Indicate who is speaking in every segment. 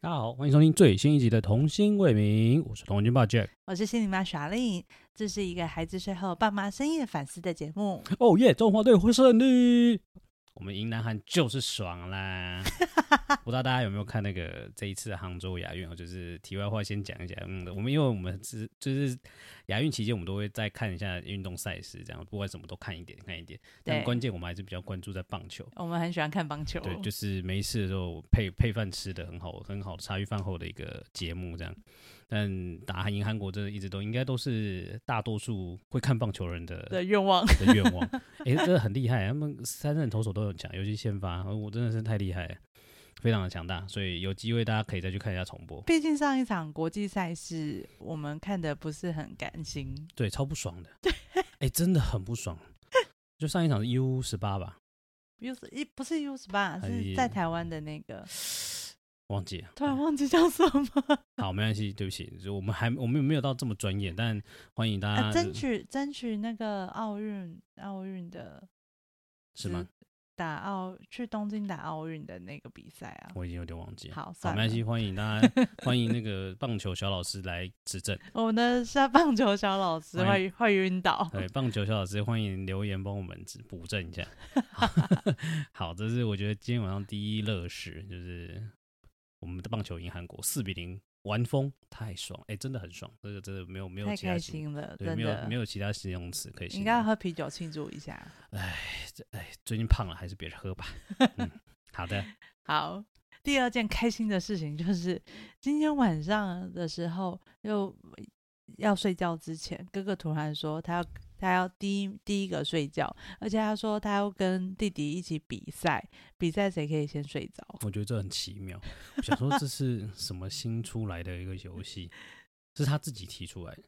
Speaker 1: 大家好，欢迎收听最新一集的《童心未泯》，我是童军爸 Jack。
Speaker 2: 我是心理妈耍令，这是一个孩子睡后爸妈深夜反思的节目。
Speaker 1: 哦耶，中华队获胜利！我们赢南韩就是爽啦！不知道大家有没有看那个这一次的杭州亚运哦？就是题外话先讲一下，嗯，我们因为我们是就是亚运期间，我们都会再看一下运动赛事，这样不管什么都看一点看一点。但
Speaker 2: 对
Speaker 1: 关键我们还是比较关注在棒球。
Speaker 2: 我们很喜欢看棒球，
Speaker 1: 对，就是没事的时候配配饭吃的很好，很好，茶余饭后的一个节目这样。但打赢韩国真的一直都应该都是大多数会看棒球人的
Speaker 2: 的愿望。
Speaker 1: 的愿望。哎、真的很厉害，他们三任投手都很强，尤其先发，呃我真的是太厉害了，非常的强大。所以有机会大家可以再去看一下重播，
Speaker 2: 毕竟上一场国际赛事，我们看的不是很甘心。
Speaker 1: 对，超不爽的，哎、真的很不爽。就上一场是 U 十八吧，
Speaker 2: U 十一不是 U 十八，
Speaker 1: 哎
Speaker 2: 是在台湾的那个，
Speaker 1: 忘记了。
Speaker 2: 突然忘记叫什 么。
Speaker 1: 好，没关系，对不起，就我们还我们没有到这么专业，但欢迎大家、
Speaker 2: 啊、争取争取那个奥运奥运的
Speaker 1: 是吗？？
Speaker 2: 打奥去东京打奥运的那个比赛啊。
Speaker 1: 我已经有点忘记了。
Speaker 2: 好，
Speaker 1: 好，
Speaker 2: 算
Speaker 1: 没
Speaker 2: 了
Speaker 1: 关。系，欢迎大家， 欢迎那个棒球小老师来指正。
Speaker 2: 我们的下 棒球小老师
Speaker 1: 欢
Speaker 2: 会会晕倒。
Speaker 1: 对，棒球小老师，欢迎留言帮我们指补正一下。 好，这是我觉得今天晚上第一乐事，就是我们的棒球赢韩国四比零，玩疯，太爽！哎、真的很爽，这个真的没有没有
Speaker 2: 太
Speaker 1: 其他
Speaker 2: 开
Speaker 1: 形
Speaker 2: 心了，
Speaker 1: 对，
Speaker 2: 真
Speaker 1: 没有
Speaker 2: 的
Speaker 1: 没。有其他形容词可以
Speaker 2: 应
Speaker 1: 形
Speaker 2: 该
Speaker 1: 容。哎
Speaker 2: 喝啤酒庆祝一下。
Speaker 1: 最近胖了，还是别喝吧。嗯，好的，
Speaker 2: 好，第二件开心的事情就是今天晚上的时候，又要睡觉之前，哥哥突然说他要他要第一第一个睡觉，而且他说他要跟弟弟一起比赛，比赛谁可以先睡着。
Speaker 1: 我觉得这很奇妙。我想说这是什么新出来的一个游戏？这是他自己提出来的。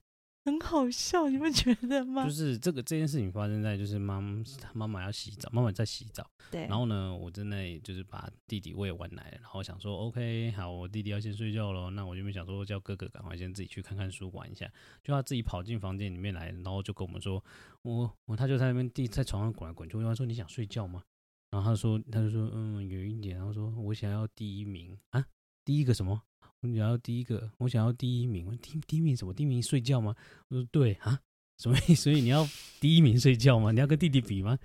Speaker 2: 很好笑，你们觉得吗？
Speaker 1: 就是这个这件事情发生在就是妈妈妈妈要洗澡，妈妈在洗澡，
Speaker 2: 对，
Speaker 1: 然后呢，我真的就是把弟弟喂完奶了，然后想说 OK 好，我弟弟要先睡觉咯，那我就没想说叫哥哥赶快先自己去看看书玩一下，就他自己跑进房间里面来，然后就跟我们说，我我他就在那边地在床上滚来滚去，我就问他说你想睡觉吗？然后他说他就说嗯有一点，然后说我想要第一名啊，第一个什么？我想要第一个，我想要第一名，我说第第一名什么？第一名睡觉吗？我说对啊，所以所以你要第一名睡觉吗？你要跟弟弟比吗？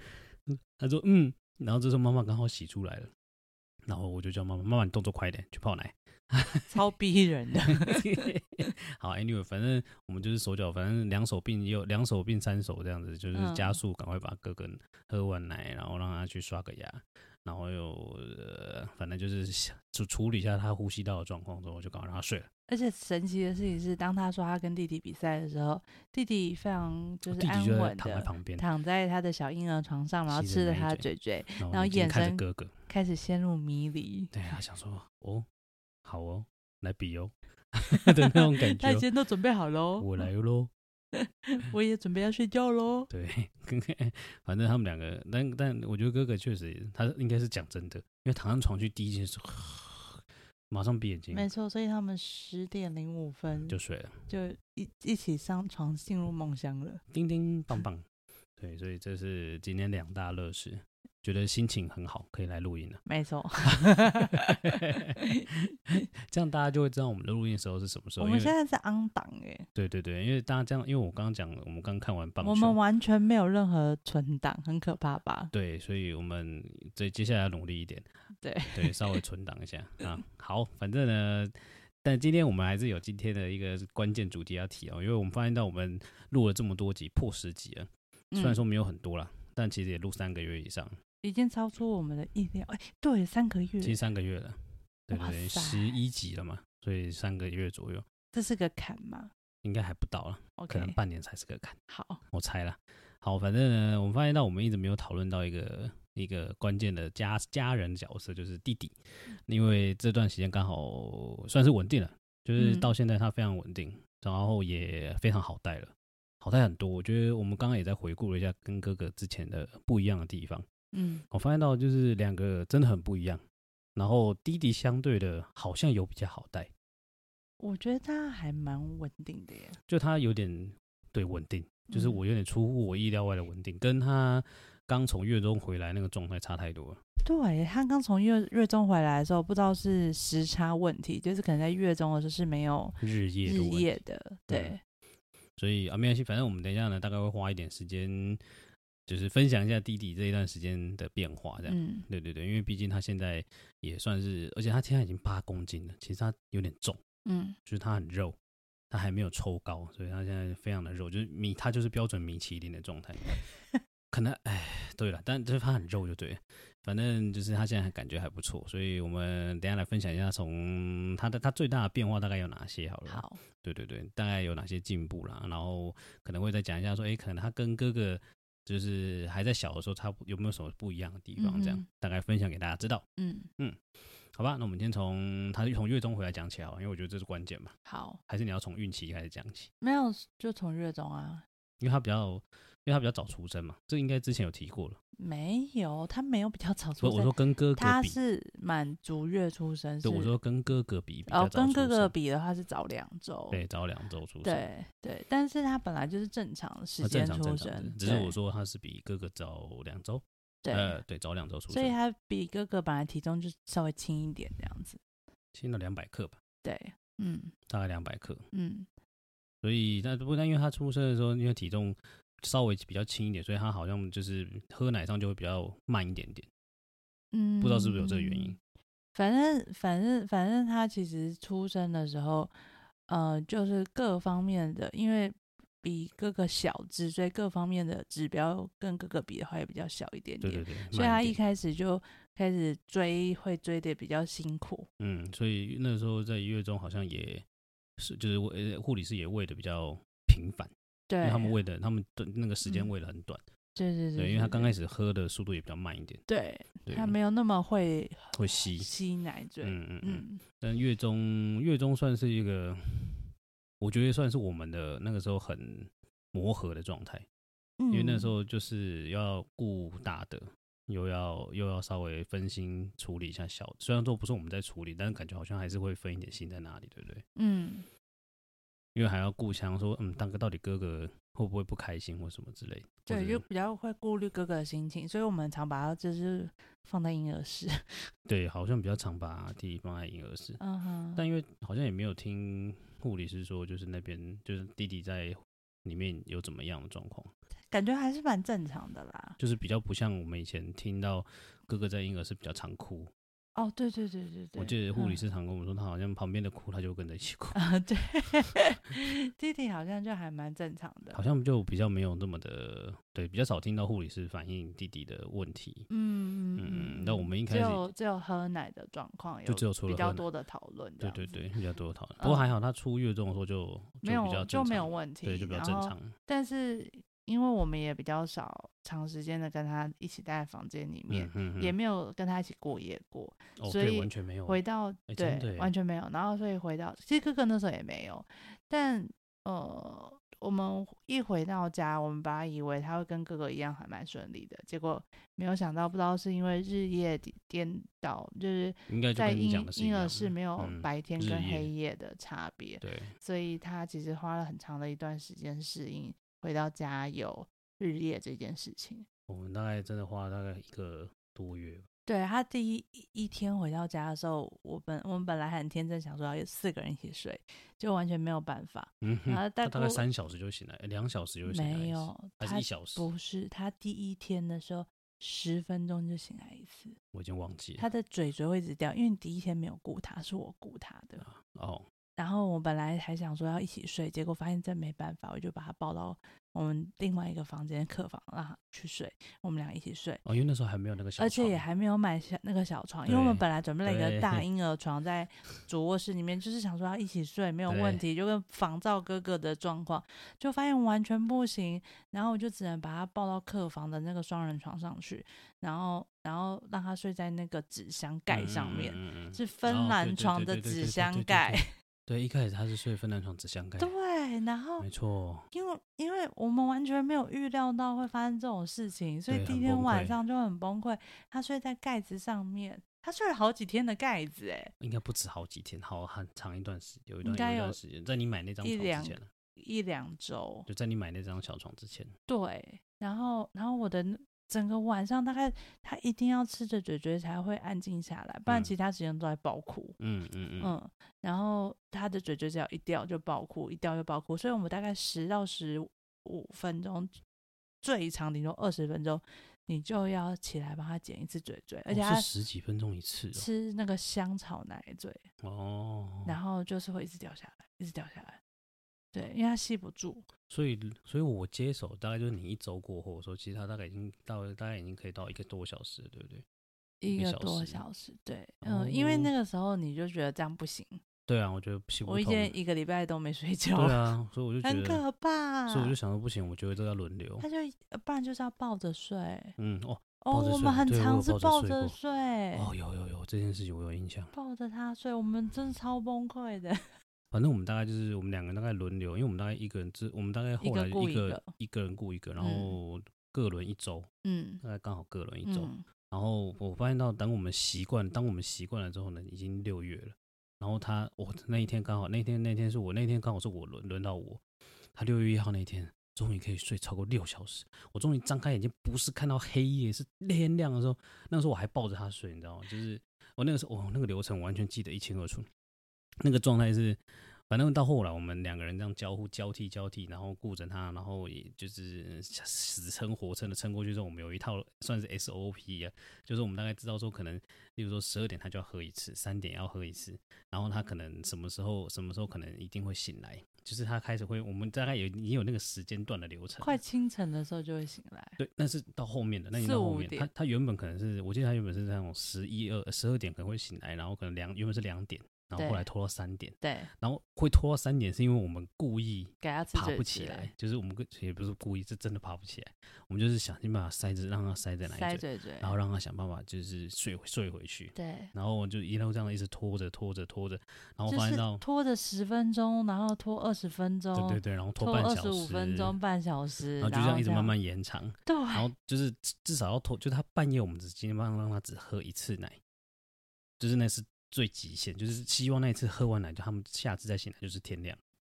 Speaker 1: 他说嗯，然后这时候妈妈刚好洗出来了，然后我就叫妈妈，妈妈你动作快一点，去泡 奶。
Speaker 2: 超逼人 的，
Speaker 1: 好，anyway，反正我们就是手脚，反正两手并右，两手并三手这样子，就是
Speaker 2: 嗯
Speaker 1: 加速，赶快把哥哥喝完奶，然后让他去刷个牙，然后又、呃、反正就是处处理一下他呼吸道的状况之后，我就赶快让他睡了。
Speaker 2: 而且神奇的事情是，当他说他跟弟弟比赛的时候，弟弟非常就
Speaker 1: 我哦
Speaker 2: 是
Speaker 1: 弟
Speaker 2: 安
Speaker 1: 弟就在
Speaker 2: 稳
Speaker 1: 躺在
Speaker 2: 的
Speaker 1: 旁边，
Speaker 2: 躺在他的小婴儿床上，然后
Speaker 1: 吸
Speaker 2: 吃
Speaker 1: 着
Speaker 2: 着
Speaker 1: 奶
Speaker 2: 他的
Speaker 1: 嘴
Speaker 2: 嘴嘴，
Speaker 1: 然
Speaker 2: 然后
Speaker 1: 后眼睛
Speaker 2: 眼
Speaker 1: 看着
Speaker 2: 神
Speaker 1: 哥哥，
Speaker 2: 开始陷入迷离。
Speaker 1: 对他想说哦，好哦，来比哦 的那种感觉
Speaker 2: 他已
Speaker 1: 哦，
Speaker 2: 经都准备好喽，
Speaker 1: 我来喽。
Speaker 2: 我也准备要睡 觉喽。
Speaker 1: 对，跟反正他们两个，但但我觉得哥哥确实，他应该是讲真的，因为躺上床去第一件事， 马上闭眼睛
Speaker 2: 没错，所以他们十点零五分
Speaker 1: 就睡了，
Speaker 2: 就一一起上床进入梦乡了。
Speaker 1: 叮叮棒棒。 对，所以这是今天两大乐事，觉得心情很好，可以来录音 了。
Speaker 2: 没错，
Speaker 1: 这样大家就会知道我们的录音时候是什么时
Speaker 2: 我
Speaker 1: 候。
Speaker 2: 们
Speaker 1: 因
Speaker 2: 现
Speaker 1: 为
Speaker 2: 在是 on 档哎，
Speaker 1: 对对对，因为大家这样，因为我刚刚讲，我们刚看完棒球，
Speaker 2: 我们完全没有任何存档，很可怕吧？
Speaker 1: 对，所以我们这接下来要努力一点，
Speaker 2: 对
Speaker 1: 对，稍微存档一下啊。好，反正呢，但今天我们还是有今天的一个关键主题要提哦，因为我们发现到我们录了这么多集，破十集了，虽然
Speaker 2: 嗯
Speaker 1: 说没有很多啦，但其实也录三个月以上，
Speaker 2: 已经超出我们的意料，哎，对，三个
Speaker 1: 其实
Speaker 2: 月，
Speaker 1: 三个月了，对对
Speaker 2: 嗯哇
Speaker 1: 对，
Speaker 2: 塞
Speaker 1: 十一集了嘛，所以三个月左右
Speaker 2: 这是个坎嘛
Speaker 1: 应该还不到了，可
Speaker 2: ？OK，
Speaker 1: 能半年才是个坎。
Speaker 2: 好，
Speaker 1: 我猜啦。好，反正呢，我们发现到我们一直没有讨论到一个一个关键的家家人角色，就是弟弟，因为这段时间刚好算是稳定了，就是
Speaker 2: 嗯
Speaker 1: 到现在他非常稳定，然后也非常好带了，好带很多。我觉得我们刚刚也在回顾了一下跟哥哥之前的不一样的地方，
Speaker 2: 嗯，
Speaker 1: 我发现到就是两个真的很不一样，然后弟弟相对的好像有比较好带，
Speaker 2: 我觉得他还蛮稳定的耶，
Speaker 1: 就他有点对稳定。就是
Speaker 2: 嗯
Speaker 1: 我有点出乎我意料外的稳定，跟他刚从月中回来那个状态差太多了。
Speaker 2: 对他刚从月月中回来的时候，不知道是时差问题，就是可能在月中的时候是没有
Speaker 1: 日夜
Speaker 2: 日
Speaker 1: 的问题
Speaker 2: 夜的，对，
Speaker 1: 所以啊，没关系，反正我们等一下呢，大概会花一点时间，就是分享一下弟弟这一段时间的变化，这样。
Speaker 2: 嗯，
Speaker 1: 对对对，因为毕竟他现在也算是，而且他现在已经八公斤了，其实他有点重，
Speaker 2: 嗯，
Speaker 1: 就是他很肉，他还没有抽高，所以他现在非常的肉，就是米他就是标准米其林的状 态。可能哎，对了，但就是他很肉就对了，反正就是他现在还感觉还不错，所以我们等一下来分享一下从他的他最大的变化大概有哪些好了。
Speaker 2: 好，
Speaker 1: 对对对，大概有哪些进步啦，然后可能会再讲一下说，诶，可能他跟哥哥就是还在小的时候，他有没有什么不一样的地方？这样、
Speaker 2: 嗯哼
Speaker 1: 大概分享给大家知道，
Speaker 2: 嗯，
Speaker 1: 好吧？那我们今天从他从月中回来讲起好了，因为我觉得这是关键嘛，
Speaker 2: 好，
Speaker 1: 还是你要从孕期开始讲起，
Speaker 2: 没有就从月中啊，
Speaker 1: 因为他比较，因为他比较早出生嘛，这应该之前有提过了。
Speaker 2: 没有，他没有比较早
Speaker 1: 不，
Speaker 2: 出
Speaker 1: 我
Speaker 2: 生，
Speaker 1: 说跟哥哥
Speaker 2: 他
Speaker 1: 比，
Speaker 2: 是满足月出生，是
Speaker 1: 对，我说跟哥哥比比较
Speaker 2: 哦，
Speaker 1: 早出
Speaker 2: 跟
Speaker 1: 生，
Speaker 2: 哥哥比的话是早两周，
Speaker 1: 对，早两周出生，
Speaker 2: 对对，但是他本来就是正常的时
Speaker 1: 那啊正
Speaker 2: 间
Speaker 1: 常
Speaker 2: 出
Speaker 1: 正常的
Speaker 2: 生，，
Speaker 1: 只是
Speaker 2: 对
Speaker 1: 我说他是比哥哥早两周，
Speaker 2: 对。
Speaker 1: 呃，对，早两周出
Speaker 2: 所以
Speaker 1: 生，
Speaker 2: 他比哥哥本来体重就稍微轻一点这样子，
Speaker 1: 轻了两百克吧，
Speaker 2: 对，嗯
Speaker 1: 大概两百克。
Speaker 2: 嗯，
Speaker 1: 所以那不但因为他出生的时候，因为体重稍微比较轻一点，所以他好像就是喝奶上就会比较慢一点点，
Speaker 2: 嗯，
Speaker 1: 不知道是不是有这个原因。
Speaker 2: 反正反正反正他其实出生的时候，呃，就是各方面的，因为比哥哥小只，所以各方面的指标跟哥哥比的话也比较小一点
Speaker 1: 对
Speaker 2: 点，
Speaker 1: 对对，
Speaker 2: 所以他
Speaker 1: 慢一
Speaker 2: 一
Speaker 1: 点
Speaker 2: 开始就开始追，会追的比较辛苦。
Speaker 1: 嗯，所以那时候在一月中好像也是就是喂呃护理师也喂的比较频繁，因
Speaker 2: 对
Speaker 1: 为，他们喂的他们的那个时间
Speaker 2: 嗯
Speaker 1: 喂的很短，
Speaker 2: 对对对
Speaker 1: 对，因为他刚
Speaker 2: 对
Speaker 1: 开始喝的速度也比较慢一点，
Speaker 2: 对
Speaker 1: 对，嗯
Speaker 2: 他没有那么会
Speaker 1: 会吸，
Speaker 2: 吸奶嘴，
Speaker 1: 嗯嗯嗯。
Speaker 2: 嗯
Speaker 1: 但月中月中算是一个，我觉得算是我们的那个时候很磨合的状态。
Speaker 2: 嗯，
Speaker 1: 因为那时候就是要顾大的，又要又要稍微分心处理一下小的。虽然说不是我们在处理，但是感觉好像还是会分一点心在那里，对不对？
Speaker 2: 嗯
Speaker 1: 因为还要顾想说，嗯，大哥到底哥哥会不会不开心或什么之类的。或
Speaker 2: 对，
Speaker 1: 者
Speaker 2: 就比较会顾虑哥哥的心情，所以我们常把他就是放在婴 儿室。
Speaker 1: 对，好像比较常把弟弟放在婴儿室，
Speaker 2: 嗯哼，
Speaker 1: 但因为好像也没有听护理师说，就是那边就是弟弟在里面有怎么样的状况，
Speaker 2: 感觉还是蛮正常的啦。
Speaker 1: 就是比较不像我们以前听到哥哥在婴儿室比较常哭。
Speaker 2: 哦，对对对对对，
Speaker 1: 我记得护理
Speaker 2: 嗯
Speaker 1: 师常跟我们说，他好像旁边的哭，他就跟着一起哭。
Speaker 2: 啊，对， 弟弟好像就还蛮正常的
Speaker 1: 好。像就比较没有那么的，对，比较少听到护理师反映弟弟的问题。
Speaker 2: 嗯
Speaker 1: 嗯嗯那我们一开
Speaker 2: 只
Speaker 1: 始
Speaker 2: 有只有喝奶的状况有
Speaker 1: 就只有除了
Speaker 2: 比
Speaker 1: 喝
Speaker 2: 较
Speaker 1: 奶
Speaker 2: 多的讨论这
Speaker 1: 对
Speaker 2: 样子，嗯
Speaker 1: 对对，比较多讨论。不过还好，他出月中的时候就就
Speaker 2: 没
Speaker 1: 比较正
Speaker 2: 有就没有
Speaker 1: 常，
Speaker 2: 问题，
Speaker 1: 对，就比较
Speaker 2: 然
Speaker 1: 正
Speaker 2: 后。
Speaker 1: 常。
Speaker 2: 但是因为我们也比较少长时间的跟他一起待在房间里面
Speaker 1: 嗯，嗯，
Speaker 2: 也没有跟他一起过夜过，
Speaker 1: 哦，
Speaker 2: 所
Speaker 1: 对，
Speaker 2: 以
Speaker 1: 完全没有。
Speaker 2: 回到、
Speaker 1: 哎真的
Speaker 2: 对
Speaker 1: 耶
Speaker 2: 完全没有，然后所以回到其实哥哥那时候也没有，但呃我们一回到家，我们本来以为他会跟哥哥一样还蛮顺利的，结果没有想到，不知道是因为日夜颠颠倒，就是
Speaker 1: 应该就
Speaker 2: 在
Speaker 1: 跟你
Speaker 2: 婴
Speaker 1: 讲的是一
Speaker 2: 婴儿
Speaker 1: 样
Speaker 2: 室
Speaker 1: 的
Speaker 2: 没有
Speaker 1: 嗯
Speaker 2: 白天
Speaker 1: 日
Speaker 2: 跟
Speaker 1: 夜
Speaker 2: 黑夜的差别，
Speaker 1: 对，
Speaker 2: 所以他其实花了很长的一段时间适应回到家有日夜这件事情。
Speaker 1: 我们大概真的花了大概一个多月吧。
Speaker 2: 对他第一一天回到家的时候，我本我们本来很天真想说要四个人一起睡，就完全没有办法。
Speaker 1: 嗯哼，
Speaker 2: 然
Speaker 1: 他
Speaker 2: 后啊大
Speaker 1: 大概
Speaker 2: 过
Speaker 1: 三小时就醒来，哎两小时就醒来一次，
Speaker 2: 没有，
Speaker 1: 还
Speaker 2: 他
Speaker 1: 是一小时，
Speaker 2: 不是他第一天的时候十分钟就醒来一次，
Speaker 1: 我已经忘记了。
Speaker 2: 他的嘴嘴会一直掉，因为你第一天没有顾他，是我顾他的。
Speaker 1: 哦，
Speaker 2: 然后我本来还想说要一起睡，结果发现真没办法，我就把他抱到我们另外一个房间客房让他去睡，我们俩一起睡。
Speaker 1: 哦，因为那时候还没有那个小
Speaker 2: 而且也
Speaker 1: 床
Speaker 2: 还没有买小那个小床，因为我们
Speaker 1: 对
Speaker 2: 本来准备了一个
Speaker 1: 对
Speaker 2: 大婴儿床在主卧室里面，就是想说要一起睡没有问题，就跟仿照哥哥的状况，就发现完全不行，然后我就只能把他抱到客房的那个双人床上去，然后然后让他睡在那个纸箱盖上
Speaker 1: 嗯
Speaker 2: 面，
Speaker 1: 嗯嗯嗯嗯
Speaker 2: 是
Speaker 1: 哦
Speaker 2: 芬
Speaker 1: 对
Speaker 2: 兰
Speaker 1: 对
Speaker 2: 床
Speaker 1: 对对
Speaker 2: 的
Speaker 1: 对
Speaker 2: 纸
Speaker 1: 对对
Speaker 2: 箱
Speaker 1: 对对
Speaker 2: 盖
Speaker 1: 对，对，一开始他是睡芬兰床纸箱盖，
Speaker 2: 对，然后
Speaker 1: 没错，
Speaker 2: 因为因为我们完全没有预料到会发生这种事情，所以
Speaker 1: 对
Speaker 2: 第一
Speaker 1: 很
Speaker 2: 天
Speaker 1: 崩
Speaker 2: 晚
Speaker 1: 溃
Speaker 2: 上就很崩溃。他睡在盖子上面，他睡了好几天的盖子，哎，
Speaker 1: 应该不止好几天，好很长一段时，有一
Speaker 2: 应
Speaker 1: 段有
Speaker 2: 该
Speaker 1: 一
Speaker 2: 有
Speaker 1: 段时间，在你买那张
Speaker 2: 一
Speaker 1: 床之
Speaker 2: 两
Speaker 1: 前啊了，
Speaker 2: 一两周。
Speaker 1: 就在你买那张小床之前，
Speaker 2: 对，然后然后我的那整个晚上大概他一定要吃着嘴嘴才会安静下来，不然
Speaker 1: 嗯
Speaker 2: 其他时间都在爆哭。
Speaker 1: 嗯嗯嗯，
Speaker 2: 嗯，然后他的嘴嘴只要一掉就爆哭，一掉就爆哭，所以我们大概十到十五分钟，最长顶多二十分钟，你就要起来帮他剪一次嘴嘴，而且
Speaker 1: 哦
Speaker 2: 他
Speaker 1: 是十几分钟一次
Speaker 2: 吃那个香草奶嘴，
Speaker 1: 哦。哦，
Speaker 2: 然后就是会一直掉下来，一直掉下来。对，因为他吸不住，
Speaker 1: 所以，所以我接手大概就是你一周过后，我说其实它大概已经到，大概已经可以到一个多小时了，对不对？
Speaker 2: 一
Speaker 1: 个
Speaker 2: 个
Speaker 1: 小
Speaker 2: 多
Speaker 1: 时哦
Speaker 2: 小时。对，嗯、因为那个时候你就觉得这样不行，
Speaker 1: 对啊，我觉得屁股
Speaker 2: 我已
Speaker 1: 痛。
Speaker 2: 经一个礼拜都没睡觉
Speaker 1: 对
Speaker 2: 了，
Speaker 1: 啊，所以我就觉
Speaker 2: 很
Speaker 1: 得，
Speaker 2: 可怕。
Speaker 1: 所以我就想说不行，我觉得这个要轮流
Speaker 2: 他。就呃不然就是要抱着睡。
Speaker 1: 嗯，哦
Speaker 2: 哦，
Speaker 1: 抱着
Speaker 2: 我
Speaker 1: 睡
Speaker 2: 们很
Speaker 1: 对我
Speaker 2: 常
Speaker 1: 有
Speaker 2: 是
Speaker 1: 抱着
Speaker 2: 抱
Speaker 1: 睡
Speaker 2: 着
Speaker 1: 过
Speaker 2: 睡，
Speaker 1: 哦，有有有，这件事情我有印象。
Speaker 2: 抱着他睡，我们真的超崩溃
Speaker 1: 嗯
Speaker 2: 的。
Speaker 1: 反正我们大概就是我们两个人大概轮流，因为我们大概一个人之，我们大概后
Speaker 2: 个
Speaker 1: 来
Speaker 2: 顾
Speaker 1: 一
Speaker 2: 一
Speaker 1: 个
Speaker 2: 个
Speaker 1: 一个人雇一个，然
Speaker 2: 嗯
Speaker 1: 后各轮一周，
Speaker 2: 嗯，
Speaker 1: 大概刚好各轮一周。
Speaker 2: 嗯，
Speaker 1: 然后我发现到，当我们习惯，当我们习惯了之后呢，已经六月了。然后他，我那一天刚好，那天那天是我那天刚好是我轮轮到我，他六月一号那天终于可以睡超过六小时，我终于张开眼睛，不是看到黑夜，是天亮的时候，那时候我还抱着他睡，你知道吗？就是我那个时候，我、哦那个流程我完全记得一清二楚，那个状态是。反正到后来，我们两个人这样交互交替交替，然后顾着他，然后也就是死撑活撑的撑过去之后，我们有一套算是 SOP 啊，就是我们大概知道说，可能例如说十二点他就要喝一次，三点要喝一次，然后他可能什么时候什么时候可能一定会醒来，就是他开始会，我们大概有已经有那个时间段的流程了，
Speaker 2: 快清晨的时候就会醒来。
Speaker 1: 对，那是到后面的，那你
Speaker 2: 四
Speaker 1: 到后
Speaker 2: 五
Speaker 1: 面，
Speaker 2: 点
Speaker 1: 他他原本可能是，我记得他原本是那种十一二十二点可能会醒来，然后可能两原本是两点，然后后
Speaker 2: 对
Speaker 1: 来拖到三点，
Speaker 2: 对，
Speaker 1: 然后会拖到三点是因为我们故意
Speaker 2: 给他吃
Speaker 1: 爬
Speaker 2: 嘴
Speaker 1: 不起
Speaker 2: 嘴
Speaker 1: 来，，就是我们跟也不是故意，是真的爬不起来，我们就是想尽办法塞着让他塞在哪
Speaker 2: 塞
Speaker 1: 一嘴，
Speaker 2: 嘴嘴，
Speaker 1: 然后让他想办法就是睡回睡回去。
Speaker 2: 对，
Speaker 1: 然后我就一路这样一直拖着拖着拖着，然后
Speaker 2: 就
Speaker 1: 发现
Speaker 2: 是
Speaker 1: 到、
Speaker 2: 拖着十分钟，然后拖二十分钟，
Speaker 1: 对对对，然后拖
Speaker 2: 拖
Speaker 1: 半
Speaker 2: 二
Speaker 1: 小时，
Speaker 2: 十五分钟，半小时，
Speaker 1: 然后就这样一直慢慢延长，
Speaker 2: 对，
Speaker 1: 然后就是至至少要拖，就是他半夜我们只尽量让他只喝一次奶，就是那是最极限，就是希望那一次喝完奶，就他们下次再醒来就是天亮，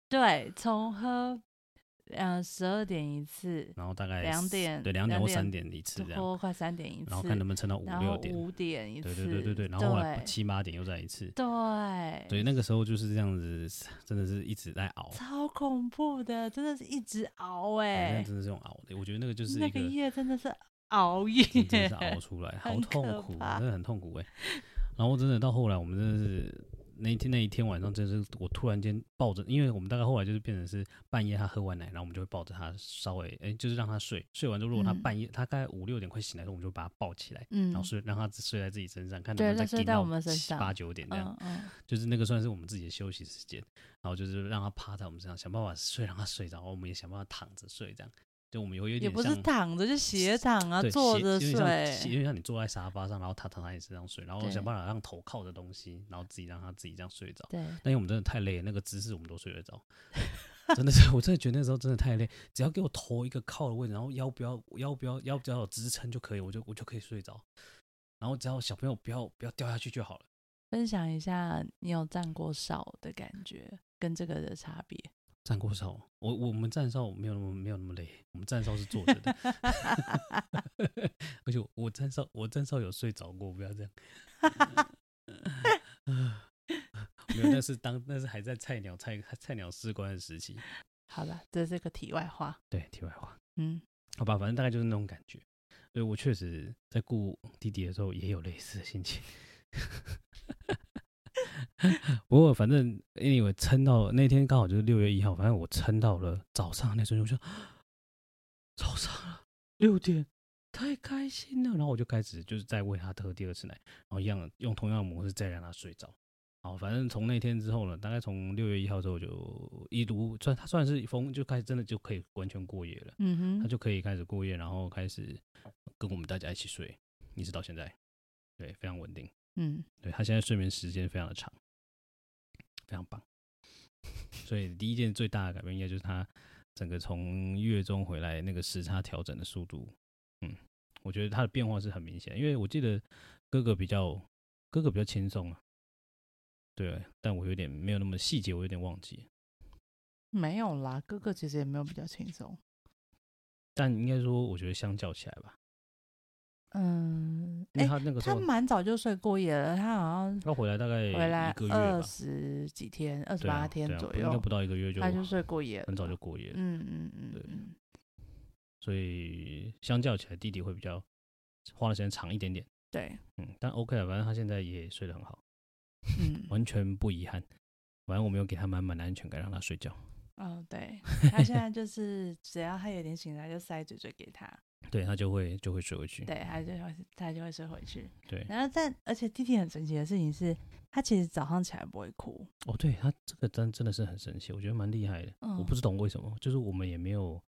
Speaker 2: 对，从喝嗯十二点一次，
Speaker 1: 然后大概
Speaker 2: 两点
Speaker 1: 哎对两点或
Speaker 2: 两点
Speaker 1: 三点一次这样，
Speaker 2: 拖快三点一次，
Speaker 1: 然后看能不能撑到五
Speaker 2: 然
Speaker 1: 六
Speaker 2: 后
Speaker 1: 点，
Speaker 2: 五点一
Speaker 1: 对
Speaker 2: 次，
Speaker 1: 对对对对，然后后来七八点又再一次，
Speaker 2: 对
Speaker 1: 对，那个时候就是这样子，真的是一直在熬，
Speaker 2: 超恐怖的，真的是一直熬
Speaker 1: 反
Speaker 2: 哎、
Speaker 1: 正真的是用熬的，我觉得那个就是
Speaker 2: 那
Speaker 1: 一
Speaker 2: 个
Speaker 1: 个。
Speaker 2: 夜真的是熬夜，
Speaker 1: 真的是熬出来，好
Speaker 2: 很
Speaker 1: 痛
Speaker 2: 可
Speaker 1: 苦，
Speaker 2: 怕
Speaker 1: 真的很痛苦哎、然后真的到后来，我们真的是那一天那一天晚上，真的是我突然间抱着，因为我们大概后来就是变成是半夜他喝完奶，然后我们就会抱着他稍微哎、就是让他睡，睡完之后如果他
Speaker 2: 嗯
Speaker 1: 半夜、他大概五六点快醒来的时候，我们就把他抱起来。
Speaker 2: 嗯
Speaker 1: 然后睡，让他睡在自己身上，看能
Speaker 2: 对
Speaker 1: 不能再
Speaker 2: 他睡
Speaker 1: 顶
Speaker 2: 在
Speaker 1: 到
Speaker 2: 我们身
Speaker 1: 七
Speaker 2: 上
Speaker 1: 八九点这样，
Speaker 2: 嗯嗯，
Speaker 1: 就是那个算是我们自己的休息时间。然后就是让他趴在我们身上，想办法睡，让他睡着，然后我们也想办法躺着睡，这样。就我们有有
Speaker 2: 也
Speaker 1: 点
Speaker 2: 不是
Speaker 1: 像
Speaker 2: 躺着就斜躺啊，
Speaker 1: 对，
Speaker 2: 坐
Speaker 1: 斜
Speaker 2: 着
Speaker 1: 有点像斜有
Speaker 2: 睡，
Speaker 1: 点像你坐在沙发上，然后他躺在你身上睡，然后
Speaker 2: 对
Speaker 1: 想办法让头靠着东西，然后自己让他自己这样睡着。
Speaker 2: 对，
Speaker 1: 但因为我们真的太累了，那个姿势我们都睡得 着，真的是，我真的觉得那时候真的太累，只要给我头一个靠的位置，然后腰不要腰不要腰不要有支撑就可以，我就我就可以睡着。然后只要小朋友不要不要掉下去就好了。
Speaker 2: 分享一下你有站过哨的感觉跟这个的差别。
Speaker 1: 站过哨，我我们站哨没有那么没有那么累，我们站哨是坐着的，而且我我站哨我站哨有睡着过，不要这 样。没有，那是当那是还在菜鸟菜菜鸟士官的时期。
Speaker 2: 好了，这是个题外话。
Speaker 1: 对，题外话，
Speaker 2: 嗯，
Speaker 1: 好吧，反正大概就是那种感觉。所以我确实在顾弟弟的时候也有类似的心情。 不过反正 anyway 撑到那天刚好就是六月一号，反正我撑到了早上那瞬间，我就想早上了六点，太开心了。然后我就开始就是再喂他喝第二次奶，然后一样用同样的模式再让他睡着。好，反正从那天之后呢，大概从六月一号之后就一如算他算是风就开始真的就可以完全过夜了。
Speaker 2: 嗯
Speaker 1: 他
Speaker 2: 哼，
Speaker 1: 就可以开始过夜，然后开始跟我们大家一起睡，一直到现在，对，非常稳定。
Speaker 2: 嗯，
Speaker 1: 对他现在睡眠时间非常的长，非常棒。 所以第一件最大的改变，应该就是他整个从月中回来那个时差调整的速度，嗯，我觉得他的变化是很明显。因为我记得哥哥比较哥哥比较轻松啊，对，但我有点没有那么细节，我有点忘记了。
Speaker 2: 没有啦，哥哥其实也没有比较轻松。
Speaker 1: 但应该说，我觉得相较起来吧，
Speaker 2: 嗯，
Speaker 1: 因为
Speaker 2: 哎，
Speaker 1: 他那个时
Speaker 2: 他
Speaker 1: 候
Speaker 2: 蛮早就睡过夜了，他好像
Speaker 1: 他回来大概
Speaker 2: 回来
Speaker 1: 一个月吧
Speaker 2: 二，十几天，二十
Speaker 1: 对啊
Speaker 2: 八天
Speaker 1: 对啊
Speaker 2: 左
Speaker 1: 不应该
Speaker 2: 右
Speaker 1: 不，到一个月就
Speaker 2: 他就睡过夜了，
Speaker 1: 很早就过夜了，
Speaker 2: 嗯嗯嗯
Speaker 1: 对
Speaker 2: 嗯，
Speaker 1: 所以相较起来，弟弟会比较花的时间长一点点。
Speaker 2: 对，
Speaker 1: 嗯，但 OK 了，反正他现在也睡得很好，
Speaker 2: 嗯，
Speaker 1: 完全不遗憾。反正我们有给他满满的安全感，让他睡觉。
Speaker 2: 哦，对，他现在就是只要他有点醒来，就塞嘴嘴给他，
Speaker 1: 对他就会就会睡回去。
Speaker 2: 对，他就会他就会睡回去。
Speaker 1: 对
Speaker 2: 然后但而且弟弟很神奇的事情是，他其实早上起来不会哭，
Speaker 1: 哦，对他这个真真的是很神奇，我觉得蛮厉害的。
Speaker 2: 嗯
Speaker 1: 我不知懂为什么，就是我们也没有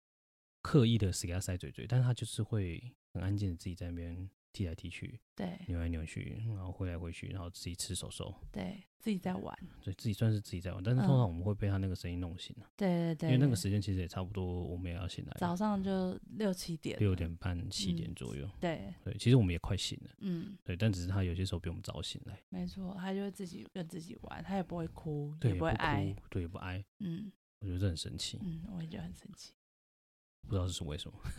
Speaker 1: 刻意的死给他塞嘴嘴，但是他就是会很安静的自己在那边踢来踢去、
Speaker 2: 对
Speaker 1: 扭来扭去，然后挥来挥去，然后自己吃手手，
Speaker 2: 对，自己在玩，
Speaker 1: 所以自己算是自己在玩。但是通常我们会被他那个声音弄醒、啊
Speaker 2: 对对嗯对，
Speaker 1: 因为那个时间其实也差不多，我们也要醒来了，
Speaker 2: 早上就六七点，
Speaker 1: 六点，半七点
Speaker 2: 嗯
Speaker 1: 左右。
Speaker 2: 对，
Speaker 1: 对，其实我们也快醒了，
Speaker 2: 嗯，
Speaker 1: 对，但只是他有些时候比我们早醒来，
Speaker 2: 没错，他就会自己跟自己玩，他也不会哭，
Speaker 1: 对，
Speaker 2: 也
Speaker 1: 不
Speaker 2: 会哀，
Speaker 1: 哭，对，也不哀，
Speaker 2: 嗯
Speaker 1: 我觉得这很神奇。
Speaker 2: 嗯，我也觉得很神奇，
Speaker 1: 不知道是为什么。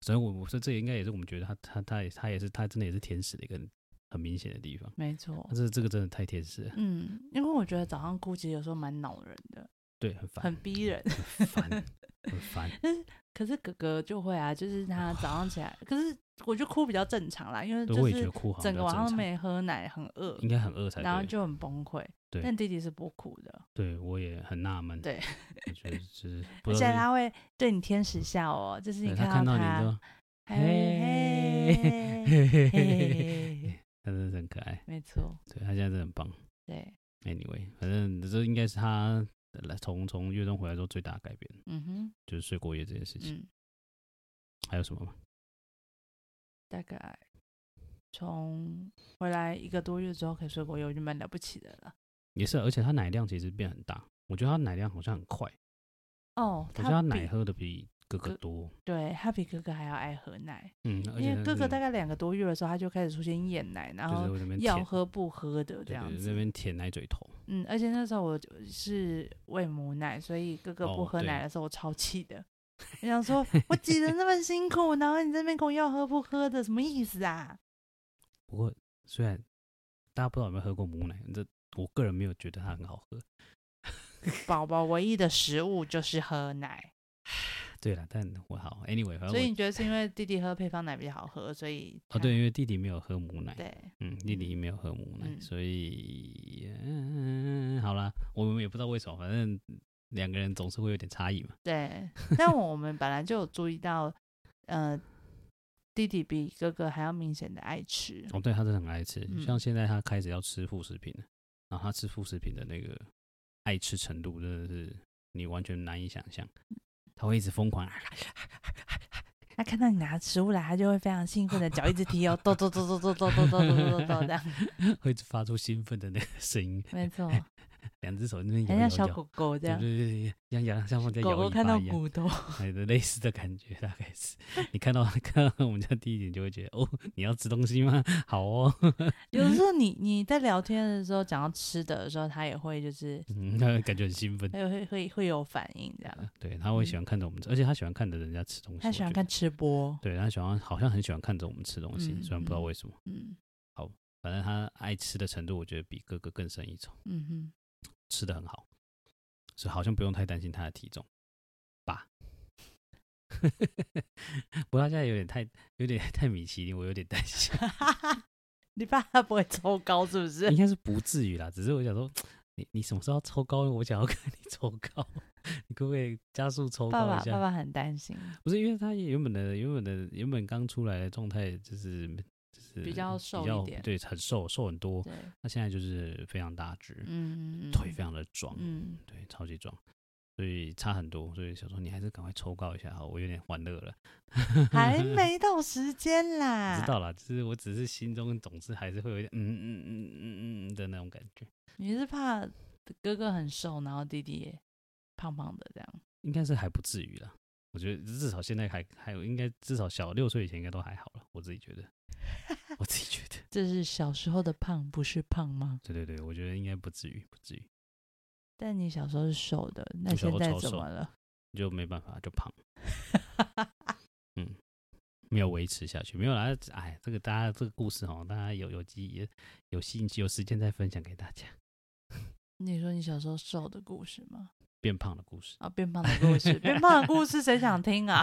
Speaker 1: 所以我我说这应该也是我们觉得他他他也他也是他真的也是天使的一个很明显的地方。
Speaker 2: 没错
Speaker 1: 但，是这个真的太天使了，
Speaker 2: 嗯，因为我觉得早上哭其实有时候蛮恼人的，
Speaker 1: 对，很烦，
Speaker 2: 很逼人，
Speaker 1: 很 烦，很烦。
Speaker 2: 可是哥哥就会啊，就是他早上起来，可是我就哭比较正常啦，因为
Speaker 1: 对，我
Speaker 2: 就
Speaker 1: 也觉得
Speaker 2: 是
Speaker 1: 哭好像
Speaker 2: 整
Speaker 1: 比较
Speaker 2: 个晚上
Speaker 1: 正常，
Speaker 2: 都没喝奶，很饿，
Speaker 1: 应该很饿才
Speaker 2: 然后
Speaker 1: 对。
Speaker 2: 就很崩溃。
Speaker 1: 对
Speaker 2: 但弟弟是不哭的，
Speaker 1: 对我也很纳闷，
Speaker 2: 对，
Speaker 1: 我觉得 就是不
Speaker 2: 而
Speaker 1: 知
Speaker 2: 且
Speaker 1: 道
Speaker 2: 他会对你天使笑哦，就是
Speaker 1: 是，
Speaker 2: 你
Speaker 1: 对他看到
Speaker 2: 到
Speaker 1: 你
Speaker 2: 他
Speaker 1: 都，
Speaker 2: 还会
Speaker 1: 嘿
Speaker 2: 嘿
Speaker 1: 嘿嘿嘿嘿，
Speaker 2: 嘿，
Speaker 1: 他真的是很可爱，
Speaker 2: 没错，
Speaker 1: 对他现在真的很棒。
Speaker 2: 对，
Speaker 1: Anyway，反正这应该是他来从从月中回来之后最大的改变，
Speaker 2: 嗯哼，
Speaker 1: 就是睡过夜这件事情。
Speaker 2: 嗯，
Speaker 1: 还有什么吗？
Speaker 2: 大概从回来一个多月之后可以睡过夜，我就蛮了不起的了。
Speaker 1: 也是，而且它奶量其实变很大，我觉得它奶量好像很快，
Speaker 2: 哦，
Speaker 1: 我觉得它
Speaker 2: 他
Speaker 1: 奶
Speaker 2: 比
Speaker 1: 喝的比哥哥
Speaker 2: 哥
Speaker 1: 多，
Speaker 2: 对他比哥哥还要爱喝奶，
Speaker 1: 嗯，而且
Speaker 2: 因为哥哥大
Speaker 1: 概
Speaker 2: 概两个多月的时候，他就开始出现厌奶，然
Speaker 1: 就是
Speaker 2: 后
Speaker 1: 我那边
Speaker 2: 要
Speaker 1: 舔
Speaker 2: 喝不喝的这
Speaker 1: 对
Speaker 2: 样
Speaker 1: 对
Speaker 2: 子
Speaker 1: 那。边舔奶嘴头，
Speaker 2: 嗯，而且那时候我就是喂母奶，所以哥哥
Speaker 1: 哦
Speaker 2: 不喝
Speaker 1: 对
Speaker 2: 奶的时候，我超气的。我想 说，我挤得那么辛苦，然后你这边跟我要喝不喝的，什么意思啊？
Speaker 1: 不过虽然大家不知道有没有喝过母奶，这我个人没有觉得它很好喝，
Speaker 2: 宝宝唯一的食物就是喝奶，
Speaker 1: 对了，但我好 anyway，反
Speaker 2: 所
Speaker 1: 正
Speaker 2: 以
Speaker 1: 我
Speaker 2: 你觉得是因为弟弟喝配方奶比较好喝，所以
Speaker 1: 哦对，因为弟弟没有喝母奶
Speaker 2: 他，对，
Speaker 1: 嗯，弟弟没有喝母奶，
Speaker 2: 嗯
Speaker 1: 所以嗯，好啦，我们也不知道为什么，反正两个人总是会有点差异嘛，
Speaker 2: 对，但我们本来就有注意到，呃，弟弟比哥哥还要明显的爱吃，
Speaker 1: 哦，对，他真的很爱吃，
Speaker 2: 嗯
Speaker 1: 像现在他开始要吃副食品了，然后他吃副食品的那个爱吃程度真的是你完全难以想象，
Speaker 2: 嗯
Speaker 1: 他会一直疯狂，啊
Speaker 2: 他看到你拿食物来，他就会非常兴奋的脚一直踢 哦，抖抖抖抖抖抖抖抖抖抖抖这样，
Speaker 1: 会一直发出兴奋的那个声音，
Speaker 2: 没错，
Speaker 1: 两只手在那边
Speaker 2: 很
Speaker 1: 摇摇
Speaker 2: 像小
Speaker 1: 摇，
Speaker 2: 狗狗这
Speaker 1: 对
Speaker 2: 样。
Speaker 1: 对对，对像像像放在
Speaker 2: 狗
Speaker 1: 摇
Speaker 2: 狗
Speaker 1: 尾
Speaker 2: 看
Speaker 1: 巴
Speaker 2: 到
Speaker 1: 一样，
Speaker 2: 骨头，
Speaker 1: 哎， 对类似的感觉大概 是，你看到看到我们家第一点就会觉得，哦，你要吃东西吗？ 好哦，
Speaker 2: 有的时候你你在聊天的时候讲到吃的的时候，它也会就是
Speaker 1: 嗯，他感觉很兴奋
Speaker 2: 它。也会会会有反应这样。
Speaker 1: 对，他会喜欢看着我们吃，而且他喜欢看着人家吃东西。
Speaker 2: 它
Speaker 1: 我
Speaker 2: 嗯喜欢
Speaker 1: 觉
Speaker 2: 看
Speaker 1: 得，
Speaker 2: 吃播，
Speaker 1: 对他喜欢，好像很喜欢看着我们吃东西，
Speaker 2: 嗯
Speaker 1: 虽然不知道
Speaker 2: 嗯
Speaker 1: 为什么。
Speaker 2: 嗯
Speaker 1: 反正他爱吃的程度，我觉得比哥哥更胜一筹，
Speaker 2: 嗯哼，，
Speaker 1: 吃的很好，所以好像不用太担心他的体重吧。 不过他现在有点太有点太米其林，我有点担心
Speaker 2: 你怕它不会抽高是不是
Speaker 1: 应？该是不至于啦。只是我想说，你你什么时候要抽高？我想要看你抽高， 你可不可以加速抽
Speaker 2: 爸
Speaker 1: 高
Speaker 2: 爸
Speaker 1: 一下？
Speaker 2: 爸爸很担心，
Speaker 1: 不是因为他原本的原本的原本刚出来的状态就是就是
Speaker 2: 比较瘦一
Speaker 1: 比较
Speaker 2: 点
Speaker 1: 对，很瘦瘦很多。
Speaker 2: 对，
Speaker 1: 他现在就是非常大只，
Speaker 2: 嗯，
Speaker 1: 腿非常的壮，
Speaker 2: 嗯，
Speaker 1: 对，超级壮，所以差很多。所以想说你还是赶快抽高一下好，我有点欢乐了。
Speaker 2: 嗯 还没啊到时间
Speaker 1: 我
Speaker 2: 啦，
Speaker 1: 知道啦，就是我只是心中总是还是会有一点嗯嗯嗯嗯嗯嗯的那种感觉，
Speaker 2: 你是怕哥哥很瘦，然后弟弟也胖胖的这样？
Speaker 1: 应该是还不至于啦。我觉得至少现在还还有，应该至少小六岁以前应该都还好了，我自己觉 得，我自己觉得，
Speaker 2: 这是小时候的胖，不是胖吗？
Speaker 1: 对对对，我觉得应该不至于，不至于，
Speaker 2: 但你小时候是瘦的，那
Speaker 1: 我小时
Speaker 2: 现
Speaker 1: 候
Speaker 2: 在
Speaker 1: 超
Speaker 2: 怎
Speaker 1: 瘦
Speaker 2: 么了？
Speaker 1: 就没办法就胖，没有维持下去，没有啦。哎，这个大家这个故事哦，大家有有机有兴趣有时间再分享给大家
Speaker 2: 你说你小时候瘦的故事吗？
Speaker 1: 变胖的故事。
Speaker 2: 啊，变胖的故 事，变胖的故事谁想听啊？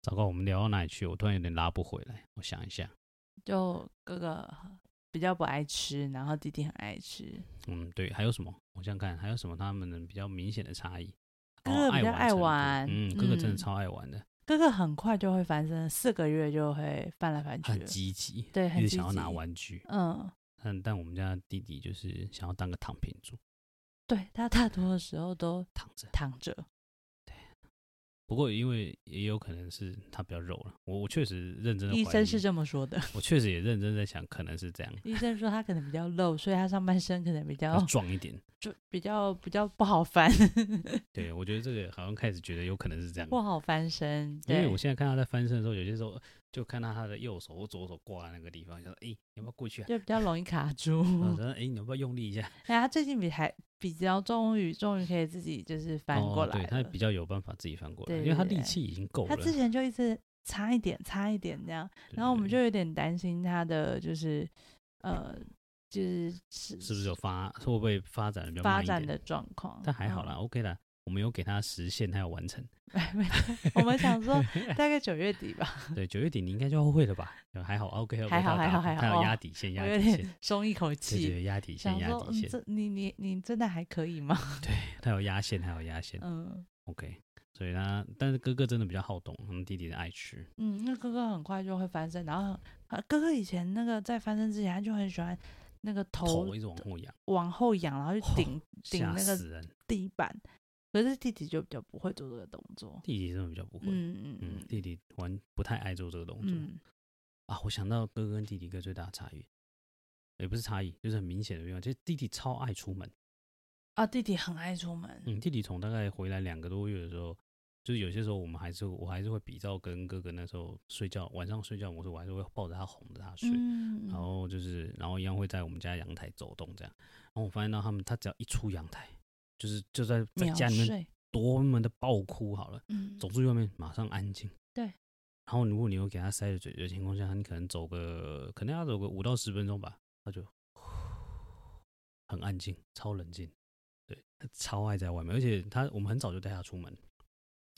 Speaker 1: 糟糕，我们聊到哪里去？我突然有点拉不回来。我想一下，
Speaker 2: 就哥哥比较不爱吃，然后弟弟很爱吃，
Speaker 1: 嗯，对，还有什么？我想想看，还有什么他们的比较明显的差异？
Speaker 2: 哥
Speaker 1: 哦
Speaker 2: 哥比较爱
Speaker 1: 玩
Speaker 2: 玩
Speaker 1: 程度，嗯，哥哥真的
Speaker 2: 嗯
Speaker 1: 超爱玩的，
Speaker 2: 哥哥很快就会翻身，四个月就会翻来翻去
Speaker 1: 很
Speaker 2: 了。
Speaker 1: 积极，
Speaker 2: 对很
Speaker 1: 一直
Speaker 2: 积
Speaker 1: 想要拿
Speaker 2: 极
Speaker 1: 玩具。
Speaker 2: 嗯，
Speaker 1: 但但我们家弟弟就是想要当个躺平族，
Speaker 2: 对他大多的时候都
Speaker 1: 躺着。
Speaker 2: 躺着。
Speaker 1: 不过因为也有可能是他比较肉了，我我确实认真的
Speaker 2: 医生是这么哦 说的，
Speaker 1: 我确实也认真在想，可能是这样，
Speaker 2: 医生说他可能比较露，所以他上半身可能比较
Speaker 1: 要壮一点。
Speaker 2: 就比较比较不好翻，
Speaker 1: 对，我觉得这个好像开始觉得有可能是这样，
Speaker 2: 不好翻身。
Speaker 1: 因
Speaker 2: 对，
Speaker 1: 为我现在看他在翻身的时候，有些时候就看到他的右手或左手挂在那个地方，想说，哎、你要不要过去啊？
Speaker 2: 就比嗯较容易卡住。
Speaker 1: 我说，哎、你要不要用力一下？
Speaker 2: 哎，他最近比还比较终于终于可以自己就是翻过
Speaker 1: 哦、
Speaker 2: 来
Speaker 1: 对
Speaker 2: 了。
Speaker 1: 他比较有办法自己翻过来，
Speaker 2: 对
Speaker 1: 因为他
Speaker 2: 对对
Speaker 1: 力气已经够了。
Speaker 2: 他之前就一直差一点，差一点这样，
Speaker 1: 对
Speaker 2: 然后我们就
Speaker 1: 对
Speaker 2: 有点担心他的就是呃就是是
Speaker 1: 对是不是有发会不会发展的比较慢
Speaker 2: 发
Speaker 1: 一
Speaker 2: 展
Speaker 1: 点
Speaker 2: 的状况。
Speaker 1: 但还好啦、
Speaker 2: 嗯，
Speaker 1: o k 啦，我们有给他实现，他有完 成。
Speaker 2: 没没我们 想说大概九月底吧，
Speaker 1: 对，九月底你应该就会了吧？还好，OK，
Speaker 2: 还好还好还
Speaker 1: 他
Speaker 2: 好
Speaker 1: 有
Speaker 2: 哦
Speaker 1: 压底线，
Speaker 2: 我
Speaker 1: 压
Speaker 2: 有
Speaker 1: 底线，
Speaker 2: 点松一口
Speaker 1: 对对
Speaker 2: 气，
Speaker 1: 对，压底线，
Speaker 2: 想
Speaker 1: 压
Speaker 2: 说
Speaker 1: 底
Speaker 2: 嗯，
Speaker 1: 线，
Speaker 2: 这你你你真的还可以吗？
Speaker 1: 他有压线，他有压线
Speaker 2: 嗯
Speaker 1: ，OK。所以他，但是哥哥真的比较好动，嗯，弟弟的爱吃，
Speaker 2: 嗯，那哥哥很快就会翻身，然后很呃哥哥以前那个在翻身之前，他就很喜欢那个头
Speaker 1: 头一直往后仰，
Speaker 2: 往后仰，然后去
Speaker 1: 哦
Speaker 2: 顶顶
Speaker 1: 吓
Speaker 2: 那个
Speaker 1: 死人。
Speaker 2: 地板。可是弟弟就比较不会做这个动作。
Speaker 1: 弟弟真的比较不会，
Speaker 2: 嗯
Speaker 1: 嗯
Speaker 2: 嗯，
Speaker 1: 弟弟玩不太爱做这个动作
Speaker 2: 嗯，
Speaker 1: 啊。我想到哥哥跟弟弟一个最大的差异，也不是差异，就是很明显的地方，就是弟弟超爱出门。
Speaker 2: 啊，弟弟很爱出门。
Speaker 1: 嗯，弟弟从大概回来两个多月的时候，就是有些时候我们还是我还是会比照跟哥哥那时候睡觉晚上睡觉模式，我还是会抱着他哄着他睡，
Speaker 2: 嗯，
Speaker 1: 然后就是然后一样会在我们家阳台走动这样。然后我发现到他们，他只要一出阳台，就是就在在
Speaker 2: 秒
Speaker 1: 家里面
Speaker 2: 睡，
Speaker 1: 多么的爆哭好了，
Speaker 2: 嗯，
Speaker 1: 走出去外面马上安静。
Speaker 2: 对。
Speaker 1: 然后如果你有给他塞着嘴的情况下，你可能走个可能要走个五到十分钟吧，他就很安静，超冷静。对，他超爱在外面，而且他我们很早就带他出门，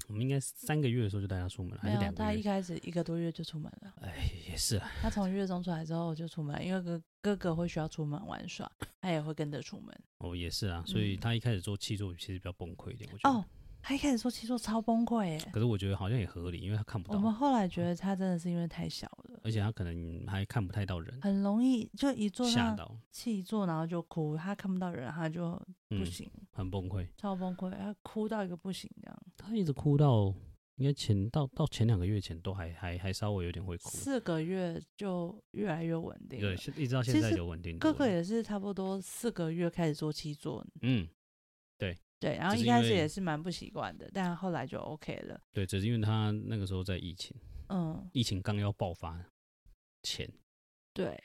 Speaker 1: 我们应该三个月的时候就带他出门了，还
Speaker 2: 没
Speaker 1: 是
Speaker 2: 有，
Speaker 1: 两
Speaker 2: 他
Speaker 1: 个
Speaker 2: 一
Speaker 1: 月？
Speaker 2: 开始一个多月就出门了。
Speaker 1: 哎，也是啊，
Speaker 2: 他从月中出来之后就出门，因为哥哥哥会需要出门玩耍，他也会跟着出门。
Speaker 1: 哦，也是啊，所以
Speaker 2: 嗯
Speaker 1: 他一开始做气座其实比较崩溃一点，我觉得。
Speaker 2: 哦，他一开始做气座超崩溃耶。
Speaker 1: 可是我觉得好像也合理，因为他看不嗯
Speaker 2: 我们
Speaker 1: 到，
Speaker 2: 后来觉得他真的是因为太小了，
Speaker 1: 而且他可能还看不太到人，
Speaker 2: 很容易就一坐
Speaker 1: 嗯吓
Speaker 2: 上
Speaker 1: 到，
Speaker 2: 气座，然后就哭，他看不到人，他就不
Speaker 1: 嗯，
Speaker 2: 行，
Speaker 1: 很崩溃。
Speaker 2: 超崩溃，他哭到一个不行这样。
Speaker 1: 他一直哭到应该前到到前两个月前都还还还稍微有点会哭，
Speaker 2: 四个月就越来越稳定
Speaker 1: 对，
Speaker 2: 了。
Speaker 1: 是一直到现
Speaker 2: 其
Speaker 1: 在
Speaker 2: 实
Speaker 1: 有稳定多
Speaker 2: 哥
Speaker 1: 了。
Speaker 2: 哥也是差不多四个月开始做七座，
Speaker 1: 嗯，
Speaker 2: 对，然后
Speaker 1: 只
Speaker 2: 一
Speaker 1: 是因
Speaker 2: 开始
Speaker 1: 为
Speaker 2: 也是蛮不习惯的，但后来就 OK 了。
Speaker 1: 对，只是因为他那个时候在疫情，
Speaker 2: 嗯，
Speaker 1: 疫情刚要爆发前，
Speaker 2: 对，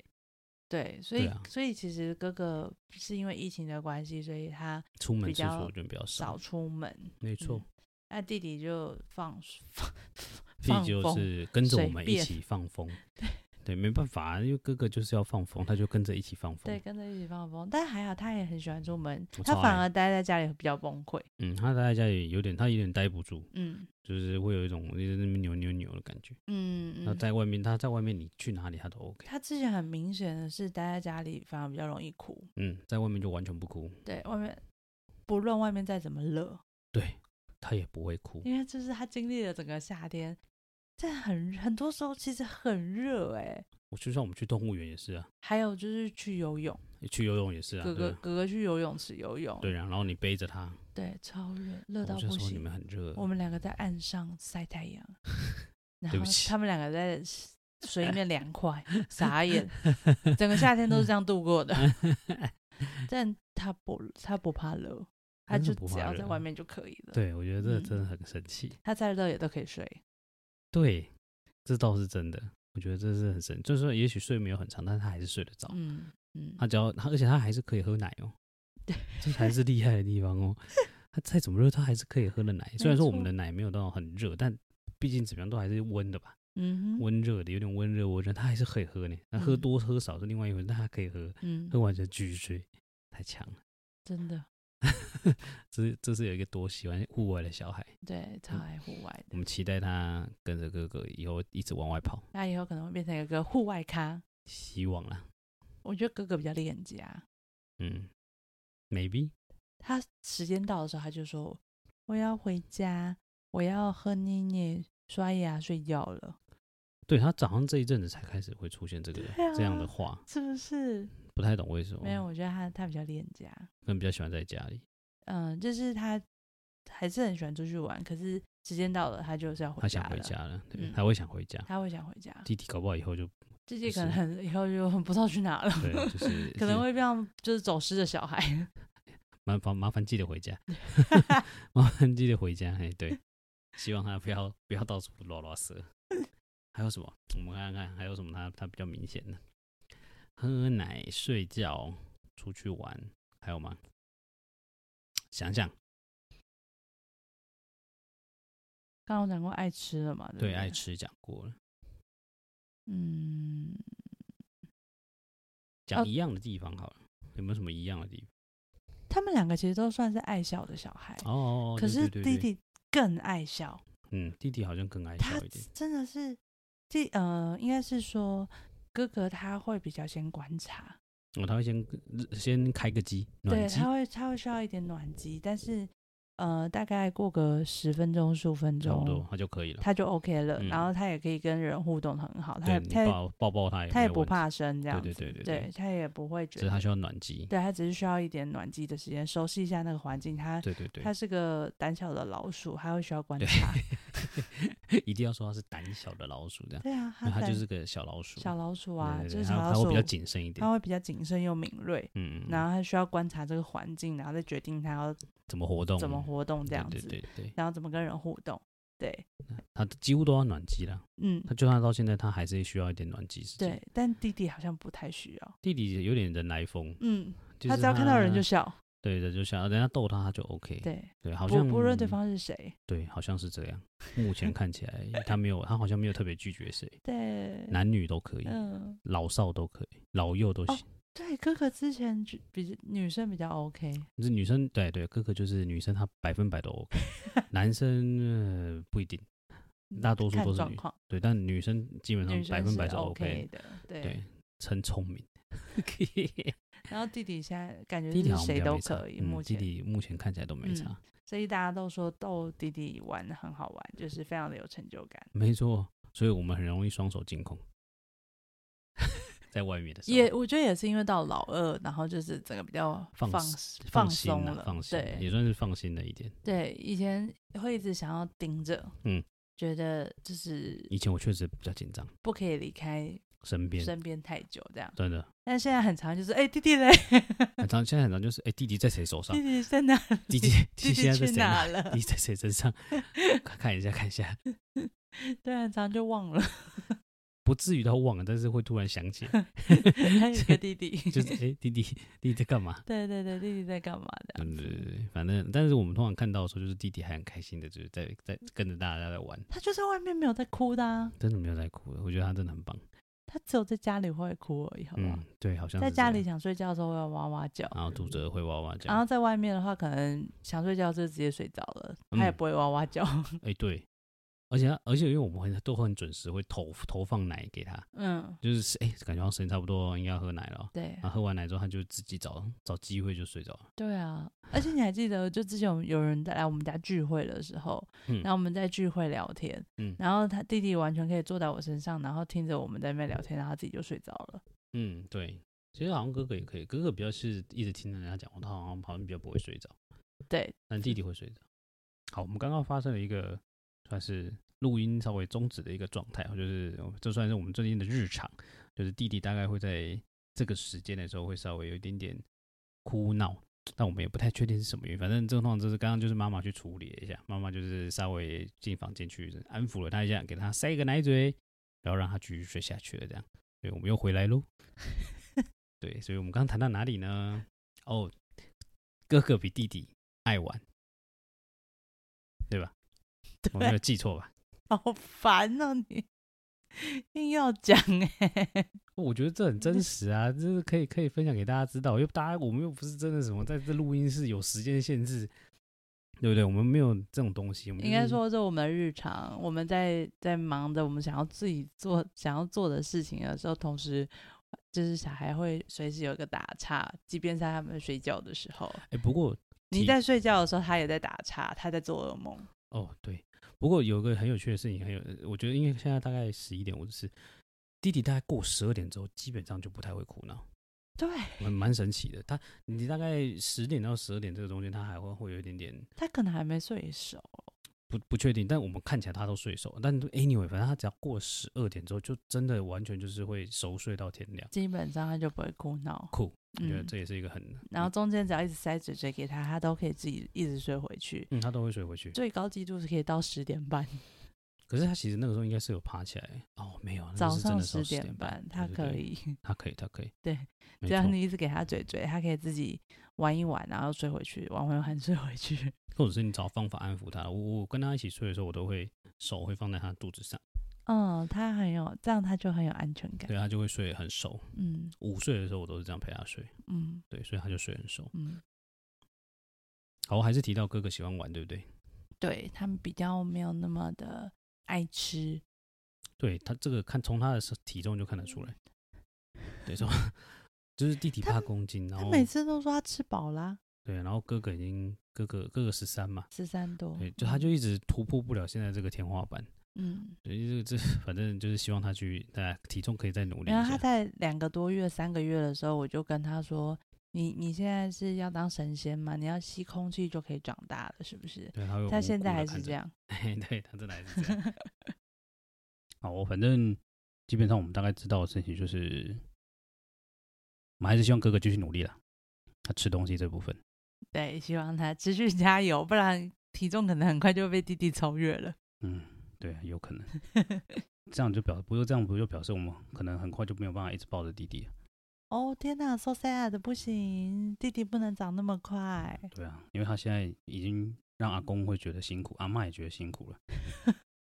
Speaker 2: 对，所以、
Speaker 1: 对啊
Speaker 2: 所以其实哥哥是因为疫情的关系，所以他
Speaker 1: 出门
Speaker 2: 比
Speaker 1: 次数
Speaker 2: 较
Speaker 1: 我觉得比较
Speaker 2: 少
Speaker 1: 少，
Speaker 2: 出门。
Speaker 1: 没啊错
Speaker 2: 嗯，那弟弟就放放
Speaker 1: 自
Speaker 2: 放
Speaker 1: 己就
Speaker 2: 风
Speaker 1: 是跟着我
Speaker 2: 随
Speaker 1: 们一
Speaker 2: 便
Speaker 1: 起放 风。对，没办法啊，因为哥哥就是要放风，他就跟着一起放
Speaker 2: 对，
Speaker 1: 风。
Speaker 2: 跟着一起放风，但还好他也很喜欢出门
Speaker 1: 我，
Speaker 2: 他
Speaker 1: 超
Speaker 2: 反
Speaker 1: 爱
Speaker 2: 而待在家里比较崩溃。
Speaker 1: 嗯，他待在家里有点，他有点待不住，
Speaker 2: 嗯
Speaker 1: 就是会有一种一直在那边扭扭扭的感觉。
Speaker 2: 嗯
Speaker 1: 那
Speaker 2: 嗯，
Speaker 1: 在外面，他在外面你去哪里他都 OK。
Speaker 2: 他之前很明显的是待在家里反而比较容易哭，
Speaker 1: 嗯，在外面就完全不哭，
Speaker 2: 对外面不论外面再怎么热，
Speaker 1: 对他也不会哭。
Speaker 2: 因为就是他经历了整个夏天，在很很多时候其实很热哎、
Speaker 1: 我就像我们去动物园也是啊，
Speaker 2: 还有就是去游泳，
Speaker 1: 去游泳也是啊，
Speaker 2: 哥
Speaker 1: 对
Speaker 2: 哥
Speaker 1: 啊
Speaker 2: 哥哥去游泳池游泳，
Speaker 1: 对哦啊，然后你背着它，
Speaker 2: 对超热，热
Speaker 1: 我
Speaker 2: 到
Speaker 1: 就
Speaker 2: 不
Speaker 1: 说你
Speaker 2: 行。
Speaker 1: 们很热，
Speaker 2: 我们两个在岸上晒太 阳，然
Speaker 1: 对不
Speaker 2: 后
Speaker 1: 起
Speaker 2: 他们两个在水里面凉快，傻 眼，整个夏天都是这样度过的。但他不，他不怕热，他
Speaker 1: 真的
Speaker 2: 就
Speaker 1: 不
Speaker 2: 只
Speaker 1: 怕
Speaker 2: 要
Speaker 1: 热啊
Speaker 2: 在外面就可以了。，
Speaker 1: 对我觉得这
Speaker 2: 嗯
Speaker 1: 真的很神奇，
Speaker 2: 他再热也都可以睡。
Speaker 1: 对，这倒是真的，我觉得这是很神，就是说也许睡没有很长，但是他还是睡得着，
Speaker 2: 嗯嗯
Speaker 1: 啊他，只要他，而且他还是可以喝奶哦，
Speaker 2: 对
Speaker 1: 这才是厉害的地方哦，它再怎么热，它还是可以喝的奶。虽然说我们
Speaker 2: 没错
Speaker 1: 的奶没有到很热，但毕竟怎么样都还是温的吧，
Speaker 2: 嗯哼，
Speaker 1: 温热的，有点温热，温热，它还是可以喝呢。那喝
Speaker 2: 嗯
Speaker 1: 多喝少是另外一回事，但它可以喝，
Speaker 2: 嗯
Speaker 1: 喝，完就继续睡，太强了。
Speaker 2: 真的，
Speaker 1: 这是这是有一个多喜欢户外的小孩，
Speaker 2: 对，
Speaker 1: 嗯
Speaker 2: 超爱户外
Speaker 1: 我
Speaker 2: 的。
Speaker 1: 们期待他跟着哥哥以后一直往外跑，
Speaker 2: 那以后可能会变成一个户外咖。
Speaker 1: 希望啦，
Speaker 2: 我觉得哥哥比较恋家，
Speaker 1: 嗯，maybe
Speaker 2: 他时间到的时候，他就说我要回家，我要喝捏捏、刷牙、睡觉了，
Speaker 1: 对他早上这一阵子才开始会出现这个、
Speaker 2: 对啊
Speaker 1: 这样的话，
Speaker 2: 是不是？
Speaker 1: 不太懂为什么，
Speaker 2: 没有，，我觉得他他比较恋家。
Speaker 1: 可能比较喜欢在家里，
Speaker 2: 嗯，就是他还是很喜欢出去玩，可是时间到了，他就是要
Speaker 1: 他
Speaker 2: 回家
Speaker 1: 想回
Speaker 2: 了。
Speaker 1: 家了，对，
Speaker 2: 嗯
Speaker 1: 他会想回家。
Speaker 2: 他会想回家，
Speaker 1: 弟弟搞不好以后就
Speaker 2: 自己
Speaker 1: 就
Speaker 2: 可
Speaker 1: 是
Speaker 2: 能 以后就不知道去哪了，
Speaker 1: 对，啊就是
Speaker 2: 可能会这样，就是走失的小孩。
Speaker 1: 麻烦麻烦记得回家，麻烦记得回家，哎，对，希望他不要不要到处拉拉 舌。还有什么？我们看看还有什么他他比较明显的，喝奶、睡觉、出去玩，还有吗？想想，
Speaker 2: 刚刚我讲过爱吃了嘛，对不
Speaker 1: 对，
Speaker 2: 对
Speaker 1: 爱。吃讲过了，
Speaker 2: 嗯，哦
Speaker 1: 讲一样的地方好了，有没有什么一样的地方？
Speaker 2: 他们两个其实都算是爱笑的小孩，
Speaker 1: 哦哦，哦
Speaker 2: 可
Speaker 1: 对
Speaker 2: 是
Speaker 1: 对
Speaker 2: 弟
Speaker 1: 对对
Speaker 2: 弟更爱笑，
Speaker 1: 嗯，弟弟好像更爱
Speaker 2: 他
Speaker 1: 笑一点，
Speaker 2: 真的是弟呃，应该是说哥哥他会比较先观察，
Speaker 1: 哦，他会先先开个机，暖
Speaker 2: 对，
Speaker 1: 机，
Speaker 2: 它会它会需要一点暖机，但是呃，大概过个十分钟、十五分
Speaker 1: 差不多
Speaker 2: 钟，
Speaker 1: 他就可以了。
Speaker 2: 它就 OK 了。
Speaker 1: 嗯
Speaker 2: 然后它也可以跟人互动得很好，它
Speaker 1: 对
Speaker 2: 也
Speaker 1: 你
Speaker 2: 它也
Speaker 1: 抱抱抱他也
Speaker 2: 它
Speaker 1: 没
Speaker 2: 也
Speaker 1: 有
Speaker 2: 不
Speaker 1: 问题，
Speaker 2: 怕生这样
Speaker 1: 对
Speaker 2: 子，
Speaker 1: 对对对
Speaker 2: 对，它也不会觉
Speaker 1: 只是他
Speaker 2: 得，
Speaker 1: 需要暖机。
Speaker 2: 对，它只是需要一点暖机的时间，熟悉一下那个环境。它
Speaker 1: 对对对
Speaker 2: 它，是个胆小的老鼠，它会需要观
Speaker 1: 对
Speaker 2: 察。
Speaker 1: 一定要说他是胆小的老鼠这样，
Speaker 2: 对啊，
Speaker 1: 因为他
Speaker 2: 胆
Speaker 1: 就是个小老鼠。
Speaker 2: 小老鼠啊，
Speaker 1: 对对
Speaker 2: 就
Speaker 1: 对
Speaker 2: 是小
Speaker 1: 他
Speaker 2: 老
Speaker 1: 他会
Speaker 2: 鼠
Speaker 1: 比较，谨慎一点
Speaker 2: 它。会比较谨慎又敏锐。
Speaker 1: 嗯，嗯嗯
Speaker 2: 然后它需要观察这个环境，然后再决定它要
Speaker 1: 怎么活动？
Speaker 2: 怎么活动这
Speaker 1: 对
Speaker 2: 样
Speaker 1: 对
Speaker 2: 子。
Speaker 1: 对对，
Speaker 2: 然后怎么跟人互动。对，
Speaker 1: 他几乎都要暖机了。
Speaker 2: 嗯，
Speaker 1: 他就算到现在，他还是需要一点暖机时间。
Speaker 2: 对，但弟弟好像不太需要。
Speaker 1: 弟弟有点人来疯，
Speaker 2: 嗯，
Speaker 1: 就
Speaker 2: 他
Speaker 1: 是
Speaker 2: 只要看到人就
Speaker 1: 他
Speaker 2: 笑。
Speaker 1: 对的，就想要人家逗他，他就 OK。
Speaker 2: 对，
Speaker 1: 对，好
Speaker 2: 不
Speaker 1: 像
Speaker 2: 不论对方是谁。
Speaker 1: 对，好像是这样。目前看起来他没有，他好像没有特别拒绝谁，
Speaker 2: 对，
Speaker 1: 男女都可以，
Speaker 2: 嗯，
Speaker 1: 老少都可以，老幼都
Speaker 2: 哦
Speaker 1: 行。
Speaker 2: 对，哥哥之前就比女生比较 OK，
Speaker 1: 就是女生，对对，哥哥就是女生，她百分百都 OK，男生、呃、不一定， 大多数
Speaker 2: 看
Speaker 1: 都是
Speaker 2: 状
Speaker 1: 女，
Speaker 2: 况，
Speaker 1: 对，但女生基本上
Speaker 2: 女
Speaker 1: 百
Speaker 2: 生
Speaker 1: 分
Speaker 2: 是
Speaker 1: 百是
Speaker 2: OK 嗯
Speaker 1: OK，
Speaker 2: 的。对，
Speaker 1: 对，称聪明。
Speaker 2: 然后弟弟现在感觉
Speaker 1: 弟弟
Speaker 2: 是
Speaker 1: 好像比
Speaker 2: 谁
Speaker 1: 较
Speaker 2: 都
Speaker 1: 没差
Speaker 2: 可以，
Speaker 1: 嗯
Speaker 2: 目
Speaker 1: 弟
Speaker 2: 前，
Speaker 1: 弟目前看起来都没
Speaker 2: 嗯
Speaker 1: 差，
Speaker 2: 所以大家都说逗弟弟玩很好玩，就是非常的有成就感。
Speaker 1: 没错，所以我们很容易双手进 空，在外面的时候
Speaker 2: 也我觉得也是因为到老二，然后就是整个比较
Speaker 1: 放
Speaker 2: 放
Speaker 1: 放心
Speaker 2: 松
Speaker 1: 了
Speaker 2: 了，，
Speaker 1: 放心
Speaker 2: 对，
Speaker 1: 也算是放心了一点。
Speaker 2: 对，以前会一直想要盯着，
Speaker 1: 嗯，
Speaker 2: 觉得就是
Speaker 1: 以前我确实比较紧张，
Speaker 2: 不可以离开
Speaker 1: 身边
Speaker 2: 身边太久这样，
Speaker 1: 真 的，
Speaker 2: 但现在很常就是，哎、弟弟嘞，
Speaker 1: 很常现在很常就是，哎，弟弟在谁手上
Speaker 2: 弟？弟在哪？
Speaker 1: 弟弟 弟
Speaker 2: 弟
Speaker 1: 现在
Speaker 2: 弟
Speaker 1: 在
Speaker 2: 去
Speaker 1: 谁
Speaker 2: 哪
Speaker 1: 那？
Speaker 2: 了？
Speaker 1: 滴在谁身 上？看看一下，看一下，
Speaker 2: 对，很常就忘 了，
Speaker 1: 不至于到忘了，但是会突然想 起来，
Speaker 2: 还有一个弟弟，
Speaker 1: 就是哎、弟 弟，弟弟在干嘛？
Speaker 2: 对对对，弟弟在干嘛的？
Speaker 1: 嗯，对对对，反正，但是我们通常看到的时候，就是弟弟还很开心的，就是在在跟着大家在玩，
Speaker 2: 他就在外面没有在哭的、啊，
Speaker 1: 真的没有在哭的，我觉得他真的很棒。
Speaker 2: 他只有在家里会哭而已，好不好？
Speaker 1: 嗯，对，好像
Speaker 2: 在
Speaker 1: 是这样啊
Speaker 2: 家里，嗯想睡觉的时候会哇哇叫，
Speaker 1: 然后肚子饿会哇哇
Speaker 2: 然
Speaker 1: 叫
Speaker 2: 后，在外面的话，可能想睡觉就直接睡着了，他也
Speaker 1: 嗯
Speaker 2: 不会哇哇叫。
Speaker 1: 哎、对，而且他而且因为我们很都很准时会投投放奶给他，
Speaker 2: 嗯，
Speaker 1: 就是哎、感觉好像时间差不多，应该要喝奶了哦。
Speaker 2: 对，
Speaker 1: 然后喝完奶之后，他就自己找找机会就睡着了。
Speaker 2: 对啊，而且你还记得，就之前我们有人在来我们家聚会的时候，
Speaker 1: 嗯
Speaker 2: 然后我们在聚会聊天，
Speaker 1: 嗯
Speaker 2: 然后他弟弟完全可以坐在我身上，然后听着我们在那边聊天，然后他自己就睡着了。
Speaker 1: 嗯，对，其实好像哥哥也可以，哥哥比较是一直听着人家讲话，他好像好像比较不会睡着，
Speaker 2: 对，
Speaker 1: 但弟弟会睡着。好，我们刚刚发生了一个算是录音稍微终止的一个状态，就是这算是我们最近的日常，就是弟弟大概会在这个时间的时候会稍微有一点点哭闹。但我们也不太确定是什么原因，反正这个状况就是刚刚就是妈妈去处理了一下，妈妈就是稍微进房间去安抚了他一下，给他塞一个奶嘴，然后让他继续睡下去了，这样。所以我们又回来喽。对，所以我们刚刚谈到哪里呢？哦，哥哥比弟弟爱玩，对吧？ 我没有记错吧？
Speaker 2: 好烦哦、你硬要讲哎、
Speaker 1: 哦我觉得这很
Speaker 2: 嗯
Speaker 1: 真实啊，这是可以可以分享给大家知道，因为大家我们又不是真的什么在这录音室有时间限制，对不对？我们没有这种东西，我们就
Speaker 2: 应该
Speaker 1: 是
Speaker 2: 说这我们的日常，我们在在忙着我们想要自己做想要做的事情的时候，同时就是小孩会随时有一个打岔，即便在他们睡觉的时候，
Speaker 1: 哎、不过
Speaker 2: 你
Speaker 1: 提
Speaker 2: 在睡觉的时候，他也在打岔，他在做噩梦。
Speaker 1: 哦，对，不过有个很有趣的事情，很有，我觉得因为现在大概十一点五十，弟弟大概过十二点之后，基本上就不太会哭闹，
Speaker 2: 对
Speaker 1: 蛮蛮神奇的。他你大概十点到十二点这个中间，他还会会有一点点
Speaker 2: 他可能还没睡熟，
Speaker 1: 不不确定，但我们看起来他都睡熟，但 anyway，反正他只要过十二点之后，就真的完全就是会熟睡到天亮。
Speaker 2: 基本上他就不会哭闹。
Speaker 1: 酷，我觉得
Speaker 2: 嗯
Speaker 1: 这也是一个很，
Speaker 2: 然后中间只要一直塞嘴嘴给他，他都可以自己一直睡回去。
Speaker 1: 嗯，他都会睡回去。
Speaker 2: 最高记录是可以到十点半，
Speaker 1: 哦可是他其实那个时候应该是有爬起来，哦，没有，那
Speaker 2: 早
Speaker 1: 个是真
Speaker 2: 上
Speaker 1: 的是
Speaker 2: 十
Speaker 1: 到10
Speaker 2: 点
Speaker 1: 半，
Speaker 2: 他
Speaker 1: 对
Speaker 2: 可，
Speaker 1: 对对
Speaker 2: 以。
Speaker 1: 他可以，他可以，
Speaker 2: 对，
Speaker 1: 没
Speaker 2: 只要
Speaker 1: 错
Speaker 2: 你一直给他嘴嘴，他可以自己玩一玩，然后睡回去，玩 完还睡回去。
Speaker 1: 或者是你找方法安抚他。我我跟他一起睡的时候，我都会手会放在他肚子上，
Speaker 2: 嗯，他很有，这样他就很有安全感。
Speaker 1: 对他就会睡得很熟。
Speaker 2: 嗯
Speaker 1: 五岁的时候我都是这样陪他睡，
Speaker 2: 嗯
Speaker 1: 对，所以他就睡很熟。
Speaker 2: 嗯，
Speaker 1: 好，我还是提到哥哥喜欢玩，对不对？
Speaker 2: 对他们比较没有那么的爱吃。
Speaker 1: 对他这个看从他的体重就看得出来，对，从就是弟弟
Speaker 2: 他
Speaker 1: 八公斤，然
Speaker 2: 他
Speaker 1: 后
Speaker 2: 每次都说他吃饱啦，
Speaker 1: 对，然后哥哥已经哥哥哥哥十三嘛，
Speaker 2: 十三多。
Speaker 1: 对，就他就一直突破不了现在这个天花板。
Speaker 2: 嗯，
Speaker 1: 所以这个这反正就是希望他去，大家体重可以再努力一
Speaker 2: 然后他
Speaker 1: 下。
Speaker 2: 在两个多月、三个月的时候，我就跟他说：“你你现在是要当神仙吗？你要吸空气就可以长大了，是不是
Speaker 1: 对，他会？”
Speaker 2: 他
Speaker 1: 无
Speaker 2: 现
Speaker 1: 辜
Speaker 2: 在
Speaker 1: 地
Speaker 2: 还
Speaker 1: 看
Speaker 2: 是
Speaker 1: 着
Speaker 2: 这样。
Speaker 1: 嘿对他真的还是这样。好，我反正基本上我们大概知道的事情就是，我们还是希望哥哥继续努力了。他吃东西这部分，
Speaker 2: 对，希望他持续加油，不然体重可能很快就被弟弟超越了。
Speaker 1: 嗯，对，有可能这样就表，不就这样不就表示我们可能很快就没有办法一直抱着弟弟了，
Speaker 2: 哦天哪，so sad，不行，弟弟不能长那么快。
Speaker 1: 对啊，因为他现在已经让阿公会觉得辛苦，阿嬷也觉得辛苦了，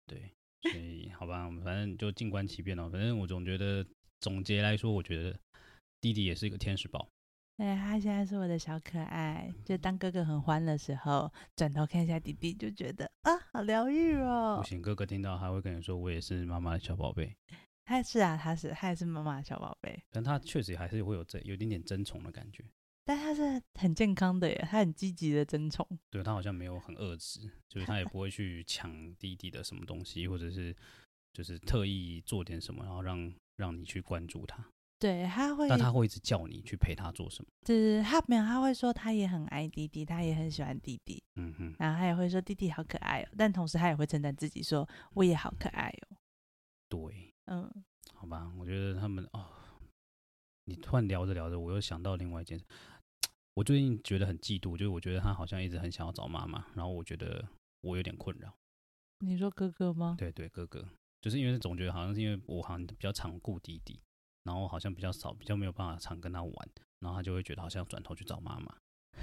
Speaker 1: 对，所以好吧，我们反正就静观其变了。反正我总觉得总结来说，我觉得弟弟也是一个天使宝。
Speaker 2: 对，他现在是我的小可爱，就当哥哥很欢的时候，转头看一下弟弟，就觉得啊，好疗愈
Speaker 1: 不
Speaker 2: 哦。
Speaker 1: 行，哥哥听到还会跟你说，我也是妈妈的小宝贝。
Speaker 2: 他是啊，他是，他也是妈妈的小宝贝，
Speaker 1: 但他确实还是会有这有一点点争宠的感觉，
Speaker 2: 但他是很健康的耶，他很积极的争宠。
Speaker 1: 对他好像没有很恶质，就是他也不会去抢弟弟的什么东西，或者是就是特意做点什么，然后让让你去关注他，
Speaker 2: 对，他会，
Speaker 1: 但他会一直叫你去陪他做什么。
Speaker 2: 就是他没有，他会说他也很爱弟弟，他也很喜欢弟弟。
Speaker 1: 嗯哼，
Speaker 2: 然后他也会说弟弟好可爱哦，但同时他也会称赞自己说我也好可爱哦。
Speaker 1: 对，
Speaker 2: 嗯，
Speaker 1: 好吧，我觉得他们哦，你突然聊着聊着，我又想到另外一件事，我最近觉得很嫉妒，就是我觉得他好像一直很想要找妈妈，然后我觉得我有点困扰。
Speaker 2: 你说哥哥吗？
Speaker 1: 对对，哥哥，就是因为总觉得好像是因为我好像比较常顾弟弟，然后好像比较少，比较没有办法常跟他玩，然后他就会觉得好像转头去找妈妈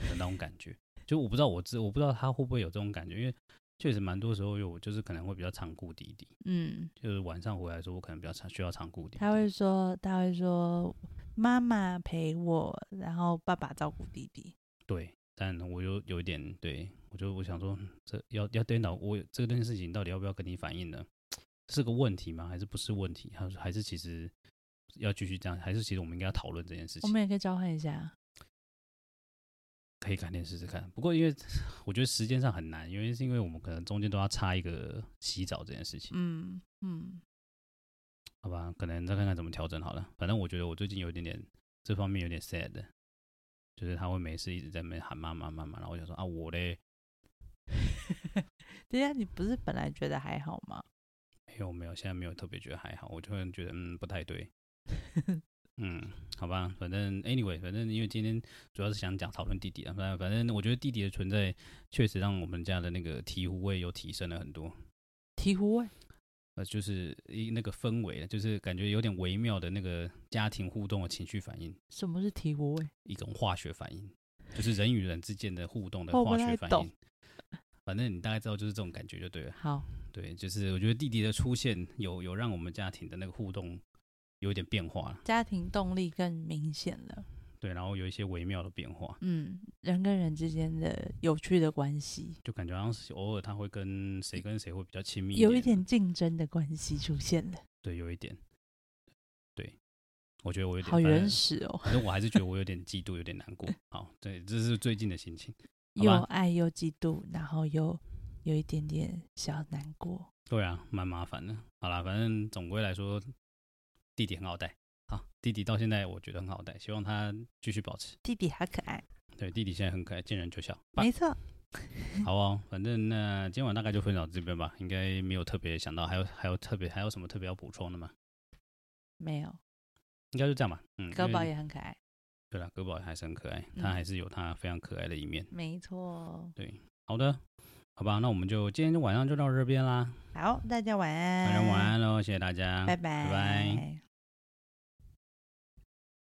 Speaker 1: 的那种感觉。就我不知道我知我不知道他会不会有这种感觉，因为确实蛮多时候有，我就是可能会比较常顾弟弟，
Speaker 2: 嗯，
Speaker 1: 就是晚上回来的时候我可能比较常需要常顾弟弟。
Speaker 2: 他会说他会说妈妈陪我，然后爸爸照顾弟弟。
Speaker 1: 对，但我又有一点对我就我想说，嗯这要要颠倒我这件事情到底要不要跟你反映呢？是个问题吗？还是不是问题？还是还是其实要继续这样？还是其实我们应该要讨论这件事
Speaker 2: 我
Speaker 1: 情？
Speaker 2: 们也可以交换一下。啊
Speaker 1: 可以改天试试看。不过因为我觉得时间上很难，因为是因为我们可能中间都要插一个洗澡这件事情，
Speaker 2: 嗯嗯，
Speaker 1: 好吧？可能再看看怎么调整好了。反正我觉得我最近有一点点这方面有点 sad，就是他会没事一直在那边喊妈妈妈妈，然后我想说啊我嘞。
Speaker 2: 对呀，你不是本来觉得还好吗？
Speaker 1: 没有没有，现在没有特别觉得还好，我就会觉得嗯不太对，嗯，好吧，反正 anyway，反正因为今天主要是想讲讨论弟弟啊，反正反正我觉得弟弟的存在确实让我们家的那个醍醐味又提升了很多，
Speaker 2: 醍醐味。
Speaker 1: 呃，就是一那个氛围，就是感觉有点微妙的那个家庭互动的情绪反应，
Speaker 2: 什么是醍醐味？
Speaker 1: 一种化学反应，就是人与人之间的互动的
Speaker 2: 我不
Speaker 1: 化学
Speaker 2: 太
Speaker 1: 反
Speaker 2: 懂
Speaker 1: 应。反正你大概知道就是这种感觉就对了。
Speaker 2: 好，
Speaker 1: 对，就是我觉得弟弟的出现有有让我们家庭的那个互动有一点变化了，
Speaker 2: 家庭动力更明显了。
Speaker 1: 对，然后有一些微妙的变化，
Speaker 2: 嗯，人跟人之间的有趣的关系，
Speaker 1: 就感觉好像是偶尔他会跟谁跟谁会比较亲密，
Speaker 2: 嗯有一点竞争的关系出现了，
Speaker 1: 对，有一点，对，我觉得我有点
Speaker 2: 好
Speaker 1: 反
Speaker 2: 原
Speaker 1: 正
Speaker 2: 始哦，
Speaker 1: 反正我还是觉得我有点嫉妒，有点难过。好，对，这是最近的心情。好
Speaker 2: 又
Speaker 1: 吧
Speaker 2: 爱又嫉妒，然后又有一点点小难过。
Speaker 1: 对啊，蛮麻烦的。好啦，反正总归来说，弟弟很好带。好，弟弟到现在我觉得很好带，希望他继续保持。
Speaker 2: 弟弟好可爱，
Speaker 1: 对，弟弟现在很可爱，见人就笑。
Speaker 2: 没错，哎
Speaker 1: 好哦，反正那今晚大概就分享到这边吧，应该没有特别想到，还有还有特别还有什么特别要补充的吗？
Speaker 2: 没有，
Speaker 1: 应该就这样吧。嗯，
Speaker 2: 高
Speaker 1: 因为
Speaker 2: 宝也很可爱，
Speaker 1: 对啦，哥宝也还是很可爱，
Speaker 2: 嗯
Speaker 1: 他还是有他非常可爱的一面。
Speaker 2: 没错。
Speaker 1: 好的，好吧，那我们就今天晚上就到这边啦，
Speaker 2: 好，大家晚安，
Speaker 1: 大家晚，安喽，谢谢大家，
Speaker 2: 哎拜
Speaker 1: 拜拜
Speaker 2: 拜